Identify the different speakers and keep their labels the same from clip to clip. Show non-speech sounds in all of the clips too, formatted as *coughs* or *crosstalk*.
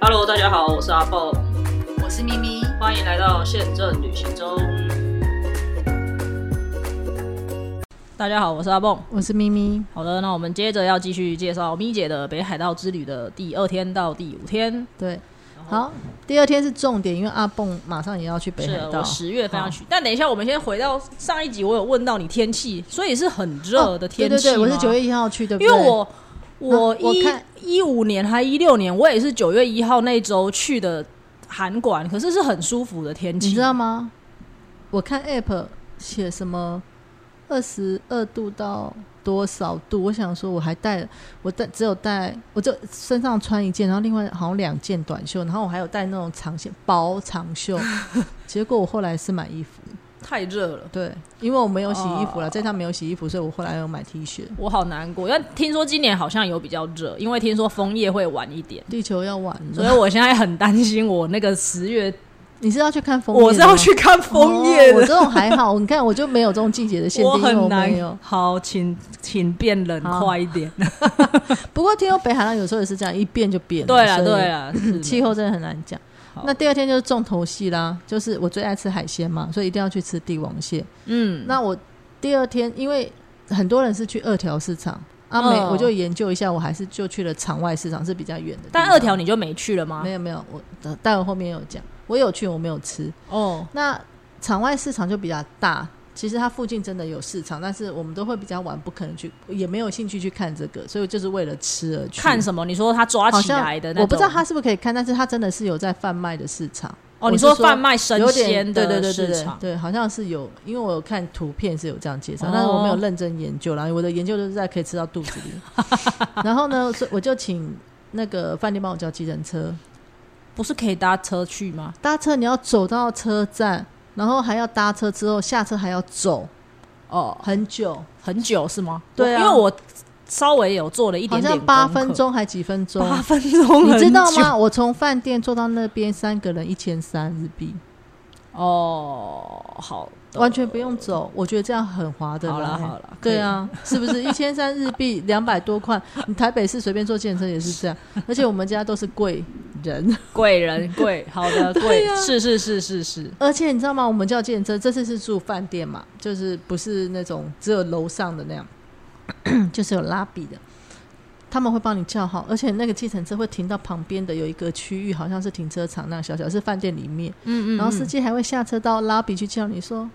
Speaker 1: Hello，大家好，我是阿蹦，
Speaker 2: 我是咪咪。
Speaker 1: 欢迎来到宪政旅行中。大家好，我是阿蹦。
Speaker 2: 我是咪咪，
Speaker 1: 好的，那我们接着要继续介绍咪姐的北海道之旅的第二天到第五天。
Speaker 2: 对，好，第二天是重点，因为阿蹦马上也要去北
Speaker 1: 是啊
Speaker 2: 海
Speaker 1: 我
Speaker 2: 道，
Speaker 1: 十月份要去，但等一下，我们先回到上一集，我有问到你天气，所以是很热的天气、
Speaker 2: 哦对对对，我是
Speaker 1: 吗
Speaker 2: 九月一号去，对不
Speaker 1: 因
Speaker 2: 对？
Speaker 1: 为我我
Speaker 2: 我
Speaker 1: 一
Speaker 2: 看
Speaker 1: 一五年还一六年，我也是九月一号那一周去的韩馆，可是是很舒服的天气，
Speaker 2: 你知道吗？我看 app 写什么二十二度到多少度，我想说我还带了，我带只有带，我就身上穿一件，然后另外好像两件短袖，然后我还有带那种长袖薄长
Speaker 1: *laughs*
Speaker 2: 袖，结果我后来是买衣服，
Speaker 1: 太热了。
Speaker 2: 对，因为我没有洗衣服了，
Speaker 1: 哦
Speaker 2: 在趟没有洗衣服，所以我后来有买 T 恤。
Speaker 1: 我好难过，但听说今年好像有比较热，因为听说枫叶会晚一点，
Speaker 2: 地球要晚
Speaker 1: 所
Speaker 2: 了，
Speaker 1: 以我现在很担心我那个十月，
Speaker 2: 你是要去看枫叶的吗？
Speaker 1: 我是要去看枫叶
Speaker 2: 哦我
Speaker 1: 的，
Speaker 2: 这种还好， *laughs* 你看我就没有这种季节的限
Speaker 1: 我
Speaker 2: 定，因为
Speaker 1: 很
Speaker 2: 我没
Speaker 1: 难
Speaker 2: 有。。
Speaker 1: 好，请请变冷
Speaker 2: 好
Speaker 1: 快一点。
Speaker 2: 不过听说北海道有时候也是这样，一变就变了。
Speaker 1: 对啦，啊
Speaker 2: 所以嗯
Speaker 1: 对啦，是的
Speaker 2: 气候真的很难讲
Speaker 1: 好。
Speaker 2: 那第二天就是重头戏啦，就是我最爱吃海鲜嘛，所以一定要去吃帝王蟹。
Speaker 1: 嗯，
Speaker 2: 那我第二天，因为很多人是去二条市场，啊
Speaker 1: 哦
Speaker 2: 没，我就研究一下，我还是就去了场外市场，是比较远的地方。
Speaker 1: 但二条你就没去了吗
Speaker 2: 没？有没有，我呃待会后面有讲，我有去，我没有吃。
Speaker 1: 哦，
Speaker 2: 那场外市场就比较大，其实它附近真的有市场，但是我们都会比较晚，不可能去，也没有兴趣去看这个，所以我就是为了吃而去。
Speaker 1: 看什么？你说他抓
Speaker 2: 好
Speaker 1: 起
Speaker 2: 像
Speaker 1: 来的那种，
Speaker 2: 我不知道它是不是可以看，但是它真的是有在贩卖的市场，
Speaker 1: 哦，
Speaker 2: 我
Speaker 1: 你
Speaker 2: 是
Speaker 1: 说
Speaker 2: 说
Speaker 1: 贩卖生
Speaker 2: 有点
Speaker 1: 鲜
Speaker 2: 对对
Speaker 1: 的
Speaker 2: 对对
Speaker 1: 市
Speaker 2: 对
Speaker 1: 场，
Speaker 2: 对，好像是有，因为我有看图片是有这样介绍，
Speaker 1: 哦
Speaker 2: 但是我没有认真研究啦，我的研究就是在可以吃到肚
Speaker 1: *laughs*
Speaker 2: 子里。然后呢，所以我就请那个饭店帮我叫计程车，
Speaker 1: 不是可以搭车去吗？
Speaker 2: 搭车你要走到车站，然后还要搭车之后下车还要走
Speaker 1: 哦，
Speaker 2: 很久。
Speaker 1: 很久是吗？
Speaker 2: 对啊
Speaker 1: 我因为我稍微有做了一点
Speaker 2: 好
Speaker 1: 点
Speaker 2: 像八
Speaker 1: 功课
Speaker 2: 分，钟还几分钟，
Speaker 1: 八分钟，
Speaker 2: 你知道？吗？我从饭店坐到那边，三个人一千三日币，
Speaker 1: 哦，好的，
Speaker 2: 完全不用走，我觉得这样很划得来。
Speaker 1: 哦好了好了，
Speaker 2: 对啊，是不是一千三日币两百多块？你台北市随便坐计程车也是
Speaker 1: *laughs*
Speaker 2: 这样，而且我们家都是贵人，
Speaker 1: 可以，贵人贵，好的贵
Speaker 2: *laughs* 对，啊
Speaker 1: 是是是是是，
Speaker 2: 而且你知道吗？我们叫计程车，这次是住饭店嘛，就是不是那种只有楼上的那样， *coughs* 就是有拉比的。他们会帮你叫好，而且那个计程车会停到旁边的有一个区域，好像是停车场那样小小，是饭店里面。
Speaker 1: 嗯
Speaker 2: 然后司机还会下车到拉比去叫
Speaker 1: *laughs*
Speaker 2: 你说，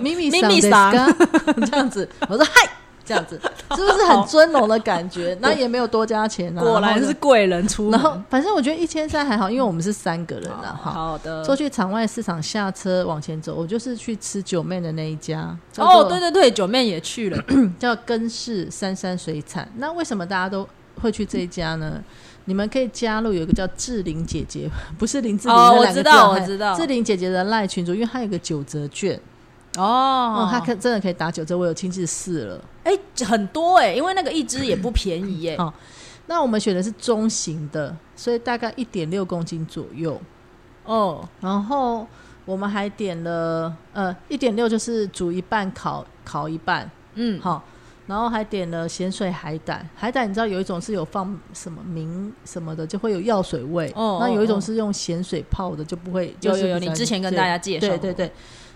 Speaker 2: 咪
Speaker 1: 咪
Speaker 2: 咪
Speaker 1: 咪
Speaker 2: 桑ですか这样子，我说嗨，这样子是不是很尊荣的感觉？那也没有多加钱啊，
Speaker 1: 果然是贵人出
Speaker 2: 然后就。然后
Speaker 1: 门，
Speaker 2: 反正我觉得一千三还好，因为我们是三个人啊，哈。
Speaker 1: 好的，
Speaker 2: 坐去场外市场下车往前走，我就是去吃九妹的那一家，叫
Speaker 1: 哦，
Speaker 2: 做
Speaker 1: 对对对，九妹也去了，
Speaker 2: 叫根式山山水产。那为什么大家都会去这一家呢？你们可以加入有一个叫志玲姐姐，不是林志玲
Speaker 1: 哦
Speaker 2: 那
Speaker 1: 我
Speaker 2: 两
Speaker 1: 知
Speaker 2: 个字
Speaker 1: 道
Speaker 2: 啊
Speaker 1: 我
Speaker 2: 嘿
Speaker 1: 知道
Speaker 2: 志玲姐姐的赖群主，因为她有个九折券， *coughs* 哦
Speaker 1: 哦，，
Speaker 2: 她可真的可以打九折，我有亲自试了。
Speaker 1: 哎很多哎，因为那个一只也不便宜耶
Speaker 2: *coughs* 哦，那我们选的是中型的，所以大概一点六公斤左右。
Speaker 1: 哦，
Speaker 2: 然后我们还点了呃一点六就是煮一半烤烤一半，
Speaker 1: 嗯，
Speaker 2: 好，然后还点了咸水海胆。海胆你知道有一种是有放什么明什么的，就会有药水味。
Speaker 1: 哦
Speaker 2: 那
Speaker 1: 哦
Speaker 2: 有一种
Speaker 1: 哦
Speaker 2: 是用咸水泡的，就不会。就
Speaker 1: 有
Speaker 2: 是
Speaker 1: 有有，你
Speaker 2: 比较
Speaker 1: 之前跟
Speaker 2: 对
Speaker 1: 大家介绍，
Speaker 2: 对对，对，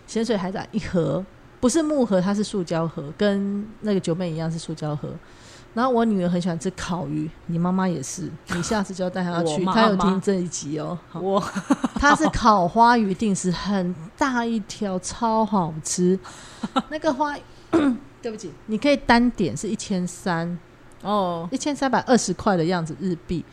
Speaker 2: 咸水海胆一盒，不是木盒，它是塑胶盒，跟那个九妹一样是塑胶盒。然后我女儿很喜欢吃烤鱼，你妈妈
Speaker 1: *laughs*
Speaker 2: 也是，你下次就要带她
Speaker 1: 我
Speaker 2: 去，
Speaker 1: 妈
Speaker 2: 她有
Speaker 1: 妈
Speaker 2: 听这一集哦。好
Speaker 1: 我
Speaker 2: 它是烤花鱼定时，很大一条，超好
Speaker 1: *laughs*
Speaker 2: 吃。那个花，对不起，你可以单点是一千三，
Speaker 1: 哦，
Speaker 2: 一千三百二十块的样子日币。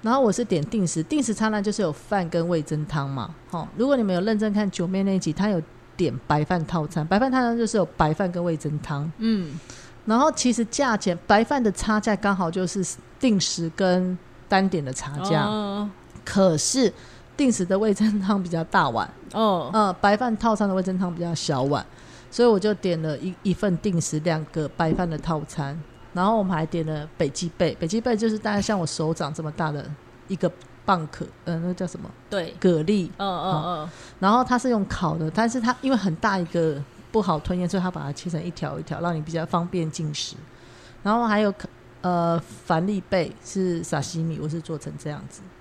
Speaker 2: 然后我是点定时，定时餐呢就是有饭跟味增汤嘛。好、如果你们有认真看九妹那一集，它有点白饭套餐，白饭套餐就是有白饭跟味增汤。
Speaker 1: 嗯，
Speaker 2: 然后其实价钱白饭的差价刚好就是定时跟单点的差价，
Speaker 1: 哦
Speaker 2: 可是定时的味增汤比较大碗。
Speaker 1: 哦，
Speaker 2: 呃，白饭套餐的味噌汤比较小碗，所以我就点了一一份定时两个白饭的套餐，然后我们还点了北极贝，北极贝就是大概像我手掌这么大的一个蚌壳，呃，那个叫什么
Speaker 1: 对，
Speaker 2: 蛤蜊，
Speaker 1: 嗯嗯
Speaker 2: 然后它是用烤的，但是它因为很大一个不好吞咽，所以它把它切成一条一条，让你比较方便进食。然后还有可呃，凡利贝是沙西米，我是做成这样子。
Speaker 1: 嗯，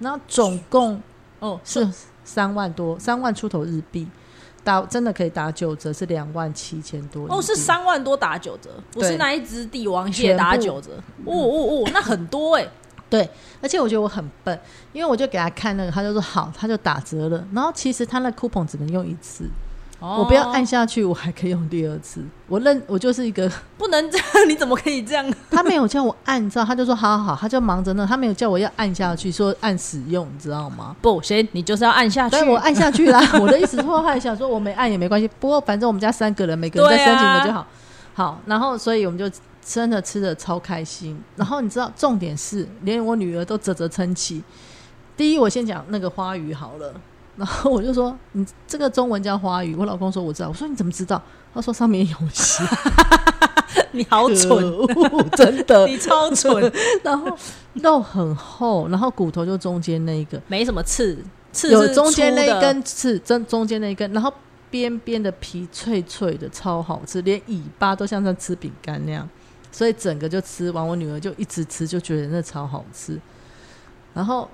Speaker 2: 然后总共
Speaker 1: 哦，
Speaker 2: 是三万多，三万出头日币，打真的可以打九折，是两万七千多。
Speaker 1: 哦，是，三万多打九折，不是
Speaker 2: 对
Speaker 1: 那一只帝王蟹打九折。哦哦哦，那很多哎、
Speaker 2: 而且我觉得我很笨，因为我就给他看那个，他就说好，他就打折了。然后其实他那 coupon 只能用一次，
Speaker 1: 哦
Speaker 2: *laughs* 我不要按，下去，我还可以用第二次。我认我就是一个，
Speaker 1: 不能这样，你 *laughs* 怎么可以这样？
Speaker 2: 他没有叫我按，你知道，他就说好好好，他就忙着呢，他没有叫我要按下去，说按使用，你知道吗？
Speaker 1: 不行，你就是要按下去。
Speaker 2: 但 *laughs* 我按下啊去啦。我的意思是说，后来想说我没按也没关系，不过反正我们家三个人，每个人再
Speaker 1: 对啊
Speaker 2: 申请一个就好。好，然后所以我们就真的吃的超开心。然后你知道，重点是连我女儿都啧啧称奇。第一，我先讲那个花语好了。然后我就说：“你这个中文叫花语。”我老公说：“我知道。”我说：“你怎么知道？”他说：“上面有写。
Speaker 1: 你好蠢，
Speaker 2: 可恶，真 *laughs* 的。
Speaker 1: *laughs* 你超蠢，
Speaker 2: 然后肉很厚，然后骨头就中间那一个，
Speaker 1: 没什么刺，刺
Speaker 2: 有
Speaker 1: 是
Speaker 2: 中间
Speaker 1: 粗
Speaker 2: 那
Speaker 1: 的
Speaker 2: 一根刺，中中间那一根，然后边边的皮脆脆的，超好吃，连尾巴都像在吃饼干那样，所以整个就吃完，我女儿就一直吃，就觉得那超好吃。然后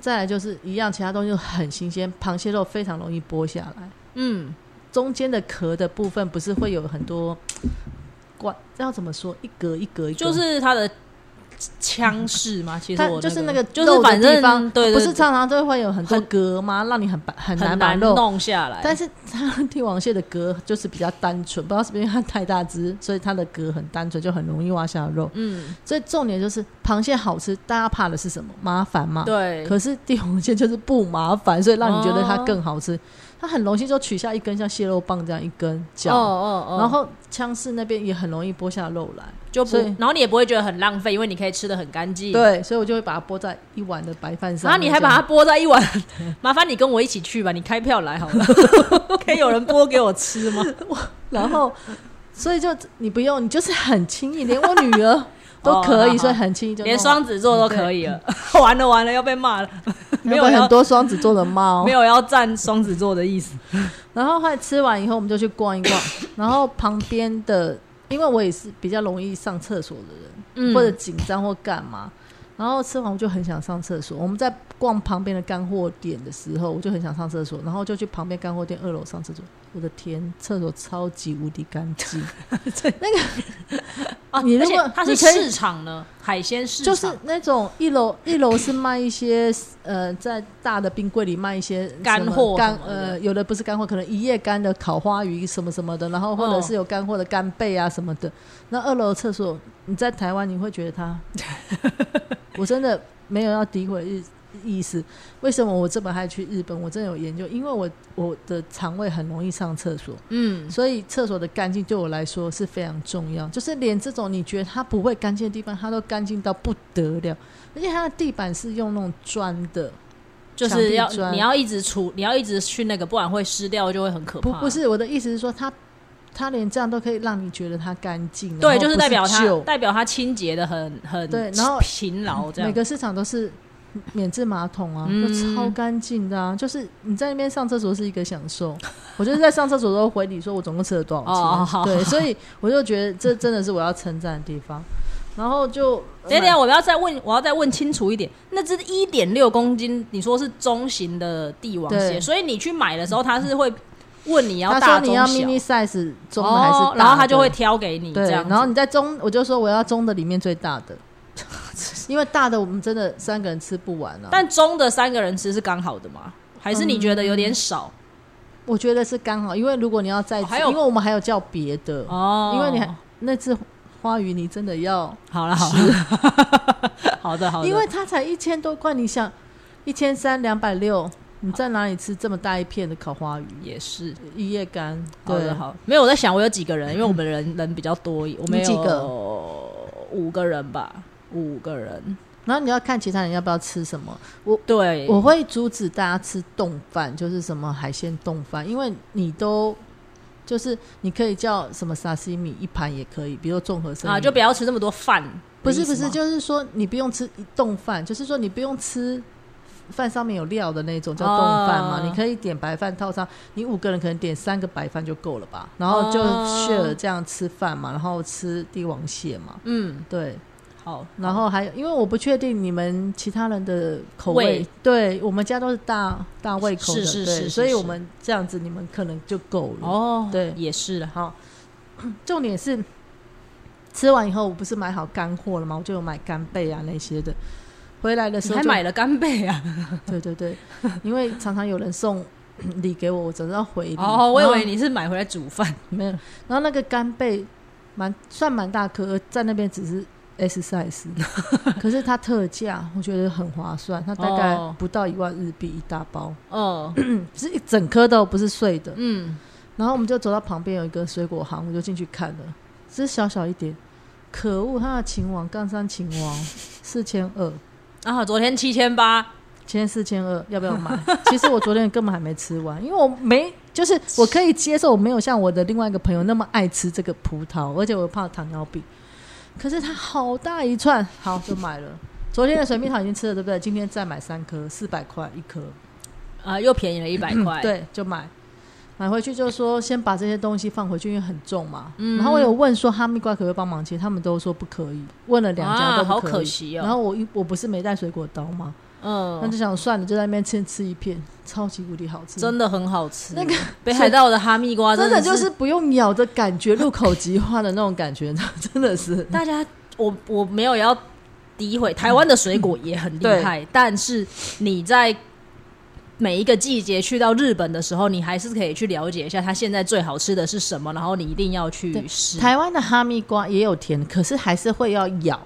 Speaker 2: 再来就是一样，其他东西就很新鲜，螃蟹肉非常容易剥下来，
Speaker 1: 嗯，
Speaker 2: 中间的壳的部分不是会有很多管，要怎么说，一格一格一格，
Speaker 1: 就是它的腔势嘛。其实
Speaker 2: 它
Speaker 1: 我
Speaker 2: 就是那
Speaker 1: 那
Speaker 2: 个
Speaker 1: 就是
Speaker 2: 肉的
Speaker 1: 反
Speaker 2: 地方
Speaker 1: 正对对
Speaker 2: 不是
Speaker 1: 对
Speaker 2: 常常都会有很多
Speaker 1: 很
Speaker 2: 格吗？让你很把很难
Speaker 1: 很
Speaker 2: 把
Speaker 1: 难
Speaker 2: 肉
Speaker 1: 弄下来，
Speaker 2: 但是它帝王蟹的壳就是比较单纯，不知道是不是因为它太大只，所以它的壳很单纯，就很容易挖下肉。
Speaker 1: 嗯，
Speaker 2: 所以重点就是螃蟹好吃，大家怕的是什么？麻烦嘛。。
Speaker 1: 对，
Speaker 2: 可是帝王蟹就是不麻烦，所以让你觉得它更好吃。它很容易就取下一根像蟹肉棒这样一根
Speaker 1: 哦
Speaker 2: 脚，
Speaker 1: 哦哦，
Speaker 2: 然后腔室那边也很容易剥下肉来。
Speaker 1: 就不
Speaker 2: 所以，
Speaker 1: 然后你也不会觉得很浪费，因为你可以吃的很干净。。
Speaker 2: 对，所以我就会把它剥在一碗的白饭
Speaker 1: *laughs*
Speaker 2: 上
Speaker 1: 然后你
Speaker 2: 面这样。
Speaker 1: 还把它剥在一 *laughs* 碗，麻烦你跟我一起去吧，你开票来好了， *laughs* 可以有人剥给我吃 *laughs* 吗？
Speaker 2: 然后，所以就你不用，你就是很轻易，连我女
Speaker 1: *laughs*
Speaker 2: 儿都可
Speaker 1: 哦
Speaker 2: 以，
Speaker 1: 好好
Speaker 2: 所以很轻易就
Speaker 1: 连
Speaker 2: 弄完
Speaker 1: 双子座都可以了， *laughs* 完了完了要被骂了， *laughs* 没
Speaker 2: 有
Speaker 1: 有要
Speaker 2: 很多双子座的猫
Speaker 1: 没。有要占双子座的意思。
Speaker 2: 然后后来吃完以后，我们就去逛
Speaker 1: *laughs*
Speaker 2: 一逛。然后旁边的，因为我也是比较容易上厕所的人，
Speaker 1: 嗯
Speaker 2: 或者紧张或干嘛。然后吃完我就很想上厕所。我们在逛旁边的干货店的时候，我就很想上厕所，然后就去旁边干货店二楼上厕所。我的天，厕所超级无敌干净。
Speaker 1: 啊，
Speaker 2: 你
Speaker 1: 而
Speaker 2: 如
Speaker 1: 且
Speaker 2: 果
Speaker 1: 它是
Speaker 2: 你可以
Speaker 1: 市场呢，海鲜市
Speaker 2: 就
Speaker 1: 场，
Speaker 2: 是那种一楼一楼是卖一些呃，在大的冰柜里卖一些
Speaker 1: 干
Speaker 2: 什么
Speaker 1: 货
Speaker 2: 干
Speaker 1: 什么的
Speaker 2: 呃，有的不是干货，可能一夜干的烤花鱼什么什么的，然后或者
Speaker 1: 哦
Speaker 2: 是有干货的干贝啊什么的。那二楼的厕所，你在台湾你会觉
Speaker 1: *laughs*
Speaker 2: 得它，我真的没有要诋毁日意思。为什么我这么爱去日本？我真的有研究，因为我我的肠胃很容易上厕所，
Speaker 1: 嗯，
Speaker 2: 所以厕所的干净对我来说是非常重要，就是连这种你觉得它不会干净的地方，它都干净到不得了，而且它的地板是用那种砖的，
Speaker 1: 就是要
Speaker 2: 墙壁砖
Speaker 1: 你要一直除，你要一直去那个，不然会湿掉，就会很可
Speaker 2: 不
Speaker 1: 怕。
Speaker 2: 不，是我的意思是说它。它连这样都可以让你觉得它干净，
Speaker 1: 对，
Speaker 2: 然后
Speaker 1: 就是
Speaker 2: 不
Speaker 1: 代表它
Speaker 2: 旧
Speaker 1: 代表它清洁的很很
Speaker 2: 对然后
Speaker 1: 勤劳这
Speaker 2: 每
Speaker 1: 样。
Speaker 2: 个市场都是免治马桶啊，
Speaker 1: 嗯
Speaker 2: 都超干净的啊。就是你在那边上厕所是一个享受。我就是在上厕所的时候回你说我总共吃了多少钱，
Speaker 1: 哦好
Speaker 2: 对，所以我就觉得这真的是我要称赞的地方。然后就
Speaker 1: 等一嗯
Speaker 2: 嗯
Speaker 1: 下，我要再问，我要再问清楚一点。那只一点六公斤，你说是中型的帝王蟹，
Speaker 2: 对
Speaker 1: 所以你去买的时候，他是会问你要
Speaker 2: 他
Speaker 1: 大
Speaker 2: 说
Speaker 1: 中
Speaker 2: 你要
Speaker 1: 小
Speaker 2: mini size 中的还是大
Speaker 1: 哦
Speaker 2: 的，
Speaker 1: 然后他就会挑给你
Speaker 2: 对，
Speaker 1: 这样子。
Speaker 2: 然后你在中，我就说我要中的里面最大
Speaker 1: *laughs*
Speaker 2: 的，因为大的我们真的三个人吃不完啊。
Speaker 1: 但中的三个人吃是刚好的吗？还是你觉得有点少？
Speaker 2: 我觉得是刚好，因为如果你要再
Speaker 1: 哦
Speaker 2: 吃，
Speaker 1: 还有
Speaker 2: 因为我们还有叫别的，
Speaker 1: 哦，
Speaker 2: 嗯因为你还那只花鱼你真的要，
Speaker 1: 好了好了， *laughs* 好的好的，
Speaker 2: 因为它才一千多块，你想一千三两百六，你在哪里吃这么大一片的烤花鱼？
Speaker 1: 也是
Speaker 2: 一夜干，
Speaker 1: 好
Speaker 2: 对
Speaker 1: 的，好的，没有我在想我有几个人，因为我们人人比较多，我们
Speaker 2: 你几个
Speaker 1: 有五个人吧，五个人，
Speaker 2: 然后你要看其他人要不要吃什么。
Speaker 1: 对，
Speaker 2: 我会阻止大家吃冻饭，就是什么海鲜冻饭，因为你都就是你可以叫什么沙西米一盘也可以，比如说综合生鱼
Speaker 1: 啊就不要吃这么多饭，
Speaker 2: 不是
Speaker 1: 意思
Speaker 2: 不是，
Speaker 1: 吗
Speaker 2: 就是说你不用吃一冻饭，就是说你不用吃饭上面有料的那种叫冻饭
Speaker 1: 哦
Speaker 2: 嘛，你可以点白饭套餐，你五个人可能点三个白饭就够了吧，然后就
Speaker 1: 哦
Speaker 2: share 这样吃饭嘛，然后吃帝王蟹嘛，
Speaker 1: 嗯，
Speaker 2: 对，
Speaker 1: 好，
Speaker 2: 然后还有，因为我不确定你们其他人的口
Speaker 1: 胃
Speaker 2: 味，对我们家都是大大胃口的，
Speaker 1: 是是
Speaker 2: 对
Speaker 1: 是是
Speaker 2: 所以
Speaker 1: 是
Speaker 2: 我们这样子你们可能就够了。
Speaker 1: 哦，
Speaker 2: 对
Speaker 1: 也是了，
Speaker 2: 好，重点是吃完以后，我不是买好干货了吗？我就有买干贝啊那些的。回来的时
Speaker 1: 你
Speaker 2: 候
Speaker 1: 还
Speaker 2: 就
Speaker 1: 买了干贝
Speaker 2: *laughs*
Speaker 1: 啊？
Speaker 2: 对对对，因为常常有人送礼给我，我总是要回礼。
Speaker 1: 哦，我以
Speaker 2: 然后
Speaker 1: 为你是买回来煮饭，
Speaker 2: 没有。然后那个干贝蛮算蛮大颗，在那边只是 S size，可是它特价，我觉得很划算，它大概
Speaker 1: 哦
Speaker 2: 不到一万日币一大包，
Speaker 1: 哦，
Speaker 2: 是一整颗的哦，不是碎的。
Speaker 1: 嗯，
Speaker 2: 然后我们就走到旁边有一个水果行，我就进去看了，只是小小一点。可恶，它的秦王杠上秦王四千二，
Speaker 1: 啊，昨天七千八，
Speaker 2: 今天四千二，要不要买？ *laughs* 其实我昨天根本还没吃完，因为我没，就是我可以接受，我没有像我的另外一个朋友那么爱吃这个葡萄，而且我怕糖尿病。可是它好大一串，好就买了。昨天的水蜜桃已经吃了，对不对？今天再买三颗，四百块一颗，
Speaker 1: 啊，又便宜了一百块，，
Speaker 2: 嗯对，就买。买回去就说先把这些东西放回去，因为很重嘛。
Speaker 1: 嗯
Speaker 2: 然后我有问说哈密瓜可不可以帮忙切，他们都说不可以。问了两家
Speaker 1: 啊，
Speaker 2: 都
Speaker 1: 好
Speaker 2: 不以。
Speaker 1: 可惜
Speaker 2: 然
Speaker 1: 哦，
Speaker 2: 后我一我不是没带水果刀吗？那
Speaker 1: 嗯，
Speaker 2: 就想算了，就在那边先吃一片，超级无敌好吃，
Speaker 1: 真的很好吃，
Speaker 2: 那个
Speaker 1: 北海道的哈密瓜
Speaker 2: 真
Speaker 1: 的
Speaker 2: 的就是是不用咬的感觉，入口即化的那种感觉， *laughs* 真的是。
Speaker 1: 大家，我我没有要诋毁台湾的水果也很厉
Speaker 2: 嗯
Speaker 1: 害，但是你在每一个季节去到日本的时候，你还是可以去了解一下它现在最好吃的是什么，然后你一定要去
Speaker 2: 对
Speaker 1: 试。
Speaker 2: 台湾的哈密瓜也有甜，可是还是会要咬。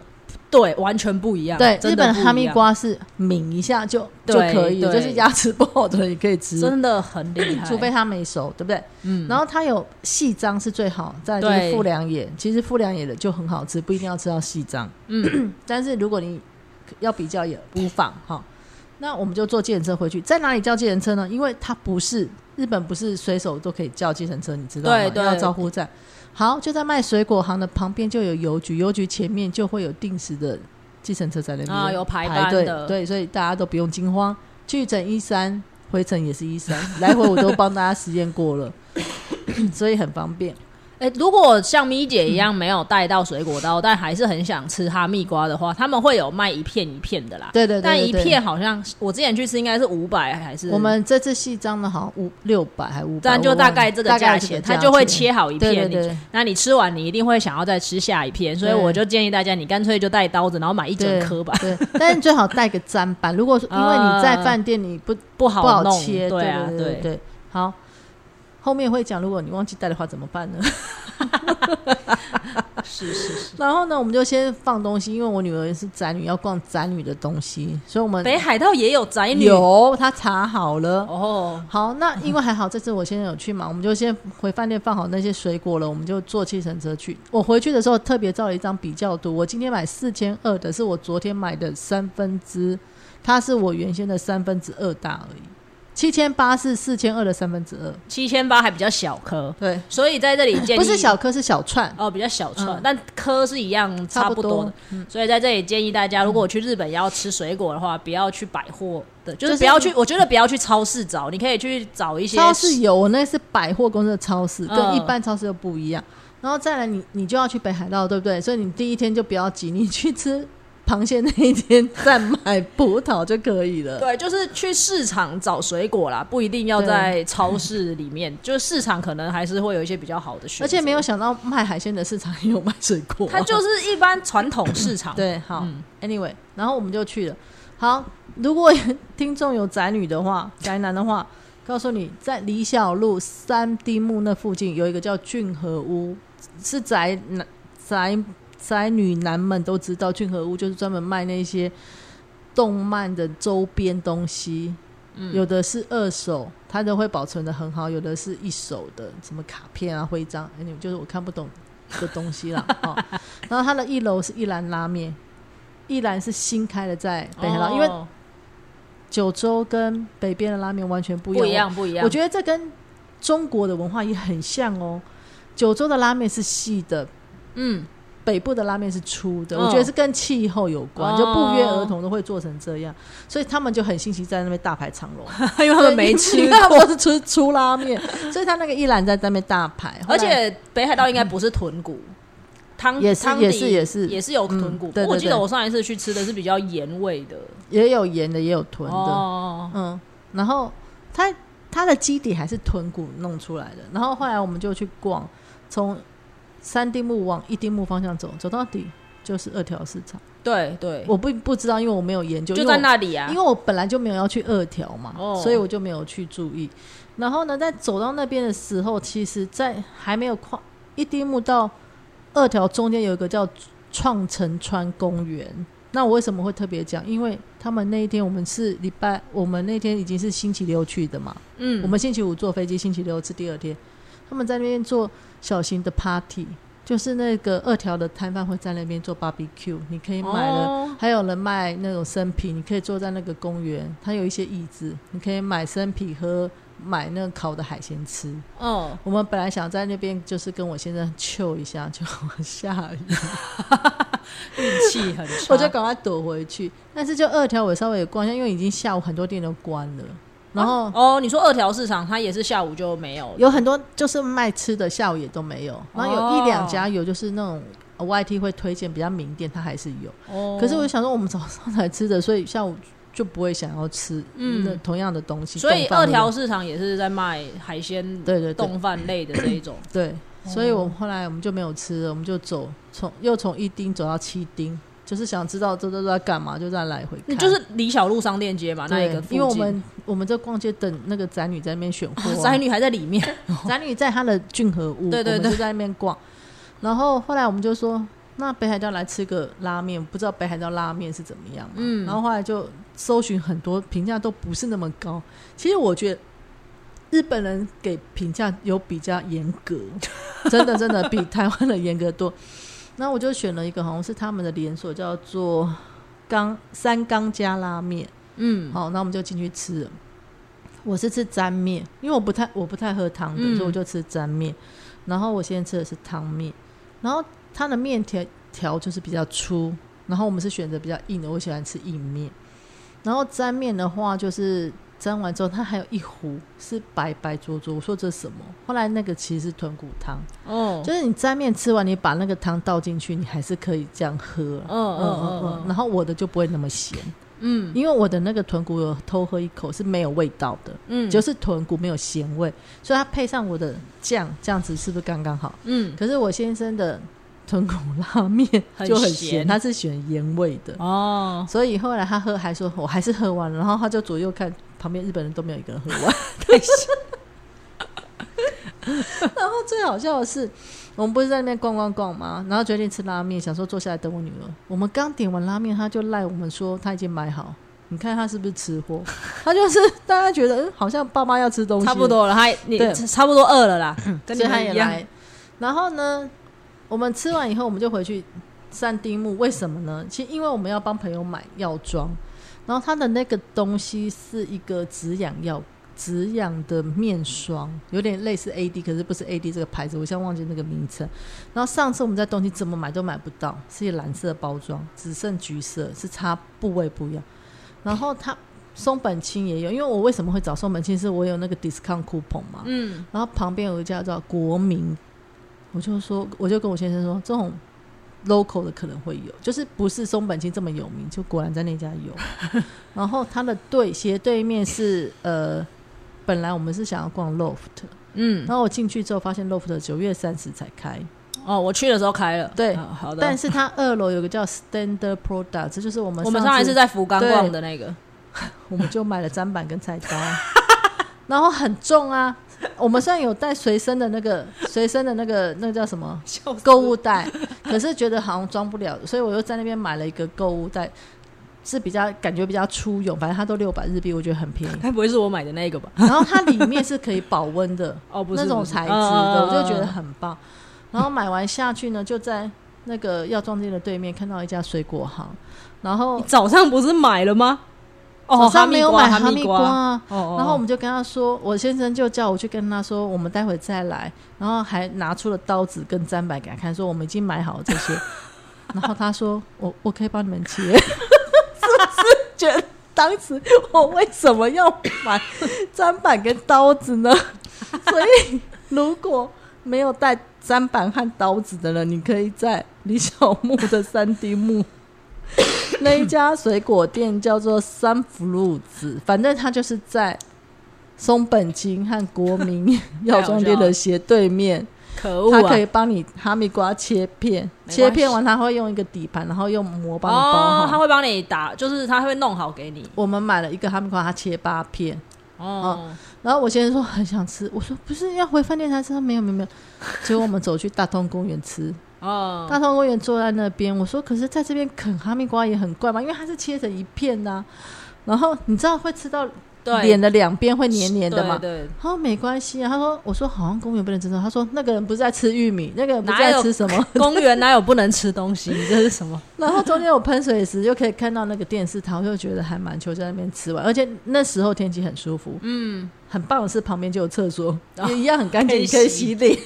Speaker 1: 对，完全不一样。
Speaker 2: 对，
Speaker 1: 真
Speaker 2: 日
Speaker 1: 的
Speaker 2: 本
Speaker 1: 不一
Speaker 2: 哈密
Speaker 1: 样
Speaker 2: 瓜是抿一下就就
Speaker 1: 对
Speaker 2: 可以了，
Speaker 1: 对
Speaker 2: 就是牙齿不好的人也可以吃，
Speaker 1: 真的很厉害，
Speaker 2: 嗯除非它没熟，对不对？
Speaker 1: 嗯，
Speaker 2: 然后它有细章是最好，再来就是
Speaker 1: 对
Speaker 2: 富良野，其实富良野的就很好吃，不一定要吃到细章。嗯， *clears throat* 但是如果你要比较也无妨哈。那我们就坐计程车回去，在哪里叫计程车呢？因为它不是日本，不是随手都可以叫计程车，你知道吗？
Speaker 1: 对对
Speaker 2: 要招呼站。好，就在卖水果行的旁边就有邮局，邮局前面就会有定时的计程车在那边
Speaker 1: 啊有排班
Speaker 2: 排队
Speaker 1: 的
Speaker 2: 对，所以大家都不用惊慌。去整一三，回程也是一三， *laughs* 来回我都帮大家实验过了， *coughs* 所以很方便。
Speaker 1: 哎、如果像咪姐一样没有带到水果刀，但还是很想吃哈密瓜的话，他们会有卖一片一片的啦。
Speaker 2: 对对对
Speaker 1: 但
Speaker 2: 对
Speaker 1: 一
Speaker 2: 对
Speaker 1: 片好像我之前去吃应该是五百还是
Speaker 2: 我们这次细章的好像五六百还五百，
Speaker 1: 但就
Speaker 2: 我忘
Speaker 1: 大
Speaker 2: 了
Speaker 1: 概这个
Speaker 2: 大
Speaker 1: 价
Speaker 2: 概这
Speaker 1: 钱，
Speaker 2: 个
Speaker 1: 它
Speaker 2: 价
Speaker 1: 就会
Speaker 2: 钱
Speaker 1: 切好一
Speaker 2: 对
Speaker 1: 片。
Speaker 2: 对
Speaker 1: 你
Speaker 2: 对
Speaker 1: 那你吃完，你一定会想要再吃下一片，所以
Speaker 2: 对
Speaker 1: 我就建议大家，你干脆就带刀子，然后买一整
Speaker 2: 对
Speaker 1: 颗吧，
Speaker 2: 对，但是最好带个砧板。如果说因为你在饭店你不
Speaker 1: 不
Speaker 2: 不
Speaker 1: 好
Speaker 2: 好
Speaker 1: 弄。
Speaker 2: 切，
Speaker 1: 对啊，
Speaker 2: 对对对。好，后面会讲，如果你忘记带的话怎么办呢？
Speaker 1: 是是是。
Speaker 2: 然后呢，我们就先放东西，因为我女儿是宅女，要逛宅女的东西，所以我们
Speaker 1: 北海道也有宅女
Speaker 2: 有她查好了。
Speaker 1: 哦，
Speaker 2: 好，那因为还好这次我现在有去嘛，我们就先回饭店放好那些水果了，我们就坐计程车去。我回去的时候特别照了一张比较图，我今天买四千二的是我昨天买的三分之，它是我原先的三分之二大而已。七千八是四千二的三分之二，
Speaker 1: 七千八还比较小颗，
Speaker 2: 对，
Speaker 1: 所以在这里建议
Speaker 2: 不是小颗是小串，
Speaker 1: 哦，比较小串，
Speaker 2: 嗯
Speaker 1: 但颗是一样差不
Speaker 2: 差不
Speaker 1: 多的
Speaker 2: 多。嗯
Speaker 1: 所以在这里建议大家，如果去日本要吃水果的话，不要去百货的，就是
Speaker 2: 就是
Speaker 1: 不要去，我觉得不要去超市找，你可以去找一些
Speaker 2: 超市有，我那是百货公司的超市，
Speaker 1: 嗯
Speaker 2: 跟一般超市又不一样。然后再来你，你就要去北海道，对不对？所以你第一天就不要急，你去吃螃蟹那一天再买葡萄就可以了。
Speaker 1: 对，啊就是去市场找水果啦，不一定要在超市里面，就是市场可能还是会有一些比较好的选择。
Speaker 2: 而且没有，想到卖海鲜的市场也有卖水果、
Speaker 1: 它就是一般传统市场。
Speaker 2: 对，好、
Speaker 1: 嗯
Speaker 2: a n y w a y 然后我们就去了。好，如果 *laughs* 听众有宅女的话，宅男的话，告诉你，在李小璐三丁目那附近有一个叫俊和屋，是宅男宅宅女男们都知道，俊和屋就是专门卖那些动漫的周边东西。
Speaker 1: 嗯
Speaker 2: 有的是二手，它都会保存的很好；有的是一手的，什么卡片啊、徽章，哎，就是我看不懂的东西
Speaker 1: *laughs*
Speaker 2: 啦。哦，然后它的一楼是一兰拉面，一兰是新开的，在北海道，因为
Speaker 1: 哦
Speaker 2: 九州跟北边的拉面完全不一样。
Speaker 1: 不一样，不一样。
Speaker 2: 我觉得这跟中国的文化也很像哦。九州的拉面是细的，
Speaker 1: 嗯，
Speaker 2: 北部的拉面是粗的，
Speaker 1: 嗯
Speaker 2: 我觉得是跟气候有关，
Speaker 1: 哦
Speaker 2: 就不约而同都会做成这样，所以他们就很欣喜在那边大排长龙。
Speaker 1: 因 *laughs* 为他们没吃
Speaker 2: *laughs* 因
Speaker 1: *laughs*
Speaker 2: 为他们都是吃粗拉面，所以他那个一兰在那边大排，后来
Speaker 1: 而且北海道应该不是豚骨，汤
Speaker 2: 也是
Speaker 1: 汤底
Speaker 2: 也是也是
Speaker 1: 也是有豚骨。
Speaker 2: 嗯对对
Speaker 1: 我记得
Speaker 2: 对
Speaker 1: 我上一次去吃的是比较盐味的，
Speaker 2: 也有盐的，也有豚的，
Speaker 1: 哦，
Speaker 2: 嗯，然后它它的基底还是豚骨弄出来的。然后后来我们就去逛，从三丁目往一丁目方向走，走到底就是二条市场。
Speaker 1: 对对，
Speaker 2: 我不不知道，因为我没有研究，
Speaker 1: 就
Speaker 2: 因为
Speaker 1: 在
Speaker 2: 我
Speaker 1: 那里啊，
Speaker 2: 因为我本来就没有要去二条嘛，
Speaker 1: 哦
Speaker 2: 所以我就没有去注意。然后呢，在走到那边的时候，其实，在还没有跨一丁目到二条中间有一个叫创城川公园。那我为什么会特别讲？因为他们那一天我们是礼拜，我们那天已经是星期六去的嘛，
Speaker 1: 嗯，
Speaker 2: 我们星期五坐飞机，星期六是第二天，他们在那边做小型的 party，就是那个二条的摊贩会在那边做 barbecue，你可以买了
Speaker 1: 哦
Speaker 2: 还有人卖那种生啤，你可以坐在那个公园，它有一些椅子，你可以买生啤喝，买那个烤的海鲜吃。
Speaker 1: 哦，
Speaker 2: 我们本来想在那边就是跟我先生 chill 一下，就下雨， *laughs*
Speaker 1: 运气很差，
Speaker 2: 我就赶快躲回去。但是就二条我稍微也逛一下，因为已经下午很多店都关了，然后
Speaker 1: 哦，你说二条市场它也是下午就没有了，
Speaker 2: 有很多就是卖吃的，下午也都没有。然后有
Speaker 1: 哦
Speaker 2: 一两家有就是那种呃 YT 会推荐比较名店，它还是有。
Speaker 1: 哦，
Speaker 2: 可是我想说，我们早上才吃的，所以下午就不会想要吃
Speaker 1: 嗯
Speaker 2: 那同样的东西。
Speaker 1: 所以
Speaker 2: 冻饭
Speaker 1: 二条
Speaker 2: 类
Speaker 1: 市场也是在卖海鲜、
Speaker 2: 对对对
Speaker 1: 冻哦饭类的这一
Speaker 2: *coughs*
Speaker 1: 种。
Speaker 2: 对，所以我们后来我们就没有吃了，我们就走从又从一丁走到七丁，就是想知道这都在干嘛，就这样来回
Speaker 1: 你
Speaker 2: 看。
Speaker 1: 就是离小路商店街嘛，那一
Speaker 2: 对
Speaker 1: 个附，近，啊
Speaker 2: 因为我们我们在逛街等那个宅女在那边选货、啊
Speaker 1: 哦宅女还在里
Speaker 2: *laughs*
Speaker 1: 面，
Speaker 2: 宅女在她的俊和屋，
Speaker 1: 对对
Speaker 2: 我
Speaker 1: 对
Speaker 2: 们就在那边逛。然后后来我们就说，那北海道来吃个拉面，不知道北海道拉面是怎么样嘛。
Speaker 1: 嗯
Speaker 2: 然后后来就搜寻很多评价都不是那么高。其实我觉得日本人给评价有比较严格，真的真的比台湾的严格多。那我就选了一个好像是他们的连锁，叫做冈三冈家拉面。
Speaker 1: 嗯，
Speaker 2: 好，那我们就进去吃了。我是吃沾面，因为我不太我不太喝汤的，
Speaker 1: 嗯
Speaker 2: 所以我就吃沾面。然后我先吃的是汤面，然后它的面条条就是比较粗，然后我们是选择比较硬的，我喜欢吃硬面。然后沾面的话，就是沾完之后，它还有一壶是白白灼灼，我说这是什么？后来那个其实是豚骨汤，
Speaker 1: 哦，
Speaker 2: 就是你沾面吃完，你把那个汤倒进去，你还是可以这样喝。啊
Speaker 1: 嗯嗯嗯
Speaker 2: 然后我的就不会那么咸。
Speaker 1: 嗯
Speaker 2: 因为我的那个豚骨有偷喝一口是没有味道的，
Speaker 1: 嗯，
Speaker 2: 就是豚骨没有咸味，所以它配上我的酱，这样子是不是刚刚好？
Speaker 1: 嗯
Speaker 2: 可是我先生的豚骨拉面
Speaker 1: 很
Speaker 2: 就很
Speaker 1: 咸
Speaker 2: 咸，他是选盐味的，
Speaker 1: 哦，
Speaker 2: 所以后来他喝还说我还是喝完了，然后他就左右看，旁边日本人都没有一个人喝完，太咸。然后最好笑的是，我们不是在那边逛逛逛吗？然后决定吃拉面，想说坐下来等我女儿。我们刚点完拉面，他就赖我们说他已经买好。你看他是不是吃货？他就是大家觉得，嗯，好像爸妈要吃东西，
Speaker 1: 差不，多了，还你
Speaker 2: 对
Speaker 1: 差不多饿了
Speaker 2: *coughs*
Speaker 1: 啦，跟你
Speaker 2: 所以他
Speaker 1: 们
Speaker 2: 也
Speaker 1: 一样，
Speaker 2: 来。然后呢，我们吃完以后，我们就回去三丁目。为什么呢？其实因为我们要帮朋友买药妆，然后他的那个东西是一个止痒药。止痒的面霜有点类似 AD，可是不是 AD 这个牌子，我现在忘记那个名称。然后上次我们在东京怎么买都买不到，是一个蓝色包装，只剩橘色，是擦部位不一样。然后它松本清也有，因为我为什么会找松本清，是我有那个 discount coupon 嘛，
Speaker 1: 嗯，
Speaker 2: 然后旁边有一家叫国民，我就说，我就跟我先生说，这种 local 的可能会有，就是不是松本清这么有名，就果然在那家
Speaker 1: *laughs*
Speaker 2: 有。然后它的对斜对面是呃，本来我们是想要逛 loft，
Speaker 1: 嗯，
Speaker 2: 然后我进去之后发现 loft 九月三十才开，
Speaker 1: 哦，我去的时候开了，
Speaker 2: 对
Speaker 1: 啊好的，
Speaker 2: 但是它二楼有个叫 Standard Product，这就是我们
Speaker 1: 我们上
Speaker 2: 上
Speaker 1: 一
Speaker 2: 次
Speaker 1: 次在福冈
Speaker 2: 对
Speaker 1: 逛的那个，。
Speaker 2: 我们就买了砧板跟菜刀，啊然后很重啊。我们虽然有带随身的那个随身的那个那个叫什么购物袋，可是觉得好像装不了，所以我又在那边买了一个购物袋，是比较感觉比较出勇，反正它都六百日币，我觉得很便宜
Speaker 1: 该不会是我买的那个吧？
Speaker 2: 然后它里面是可以保温的，
Speaker 1: 哦， *laughs* 不是
Speaker 2: 那种
Speaker 1: 不是
Speaker 2: 材质
Speaker 1: 嗯嗯
Speaker 2: 的，我
Speaker 1: 嗯
Speaker 2: 就觉得
Speaker 1: 嗯
Speaker 2: 很棒。然后买完下去呢，就在那个药妆店的对面看到一家水果行，然后
Speaker 1: 你早上不是买了吗？哦，
Speaker 2: 早上没有买
Speaker 1: 哈
Speaker 2: 哈
Speaker 1: 密
Speaker 2: 密瓜
Speaker 1: 瓜，
Speaker 2: 啊，
Speaker 1: 哦哦，
Speaker 2: 然后我们就跟他说，我先生就叫我去跟他说，我们待会再来，然后还拿出了刀子跟砧板给他看，说我们已经买好了这
Speaker 1: *laughs*
Speaker 2: 些。然后他说，我我可以帮你们切，是不是觉得当时我为什么要买
Speaker 1: *laughs*
Speaker 2: 砧板跟刀子呢？所以如果没有带砧板和刀子的人，你可以在李小牧的三
Speaker 1: *laughs*
Speaker 2: 丁目那一家水果店叫做三福路子，反正它就是在松本清和国
Speaker 1: *laughs*
Speaker 2: 民药妆店的斜对面。
Speaker 1: 可恶
Speaker 2: 它
Speaker 1: 啊！
Speaker 2: 可以帮你哈密瓜切片，
Speaker 1: 没
Speaker 2: 切
Speaker 1: 关系
Speaker 2: 片完它会用一个底盘，然后用膜帮你包好。
Speaker 1: 哦，他会帮你打，就是他会弄好给你。
Speaker 2: 我们买了一个哈密瓜，它切八片，
Speaker 1: 哦，
Speaker 2: 然后我先生说很想吃，我说不是要回饭店才吃，他说没有没
Speaker 1: *laughs*
Speaker 2: 有没有。结果我们走去大通公园吃，
Speaker 1: 哦，
Speaker 2: 大通公园坐在那边，我说可是在这边啃哈密瓜也很怪嘛，因为它是切成一片呐、然后你知道会吃到
Speaker 1: 对，
Speaker 2: 脸的两边会黏黏的嘛。
Speaker 1: 对，
Speaker 2: 他说没关系啊，他说我说好像公园不能吃这种，他说那个人不是在吃玉米，那个人不是
Speaker 1: 哪
Speaker 2: 在
Speaker 1: 有
Speaker 2: 吃什么。
Speaker 1: 对公园哪有不能吃东西？这是什么？
Speaker 2: 然后中间有喷水池，就可以看到那个电视塔，我就觉得还蛮球在那边吃完，而且那时候天气很舒服，嗯，很棒的是旁边就有厕所，
Speaker 1: 哦
Speaker 2: 也一样很干
Speaker 1: 可
Speaker 2: 净，
Speaker 1: 以
Speaker 2: *laughs* 你可以
Speaker 1: 洗
Speaker 2: 洗脸。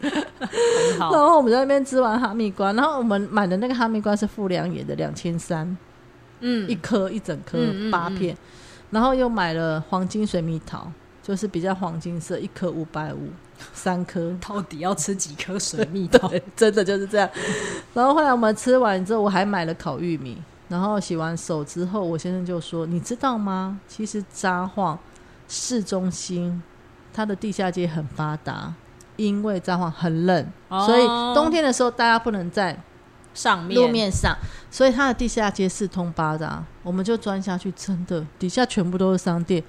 Speaker 1: 很
Speaker 2: 然
Speaker 1: 好，
Speaker 2: 后我们在那边吃完哈密瓜，然后我们买的那个哈密瓜是富良野的两千三
Speaker 1: 嗯
Speaker 2: 一颗一整颗
Speaker 1: 嗯嗯。
Speaker 2: 八片，然后又买了黄金水蜜桃，就是比较黄金色，一颗五百五，三颗
Speaker 1: 到底要吃几颗水蜜 *laughs* 桃？
Speaker 2: 真的就是这样。然后后来我们吃完之后，我还买了烤玉米。然后洗完手之后，我先生就说：“你知道吗？其实札幌市中心它的地下街很发达，因为札幌很冷，
Speaker 1: 哦
Speaker 2: 所以冬天的时候大家不能在
Speaker 1: 上面
Speaker 2: 路面上，所以它的地下街四通八达。我们就钻下去，真的底下全部都是商店，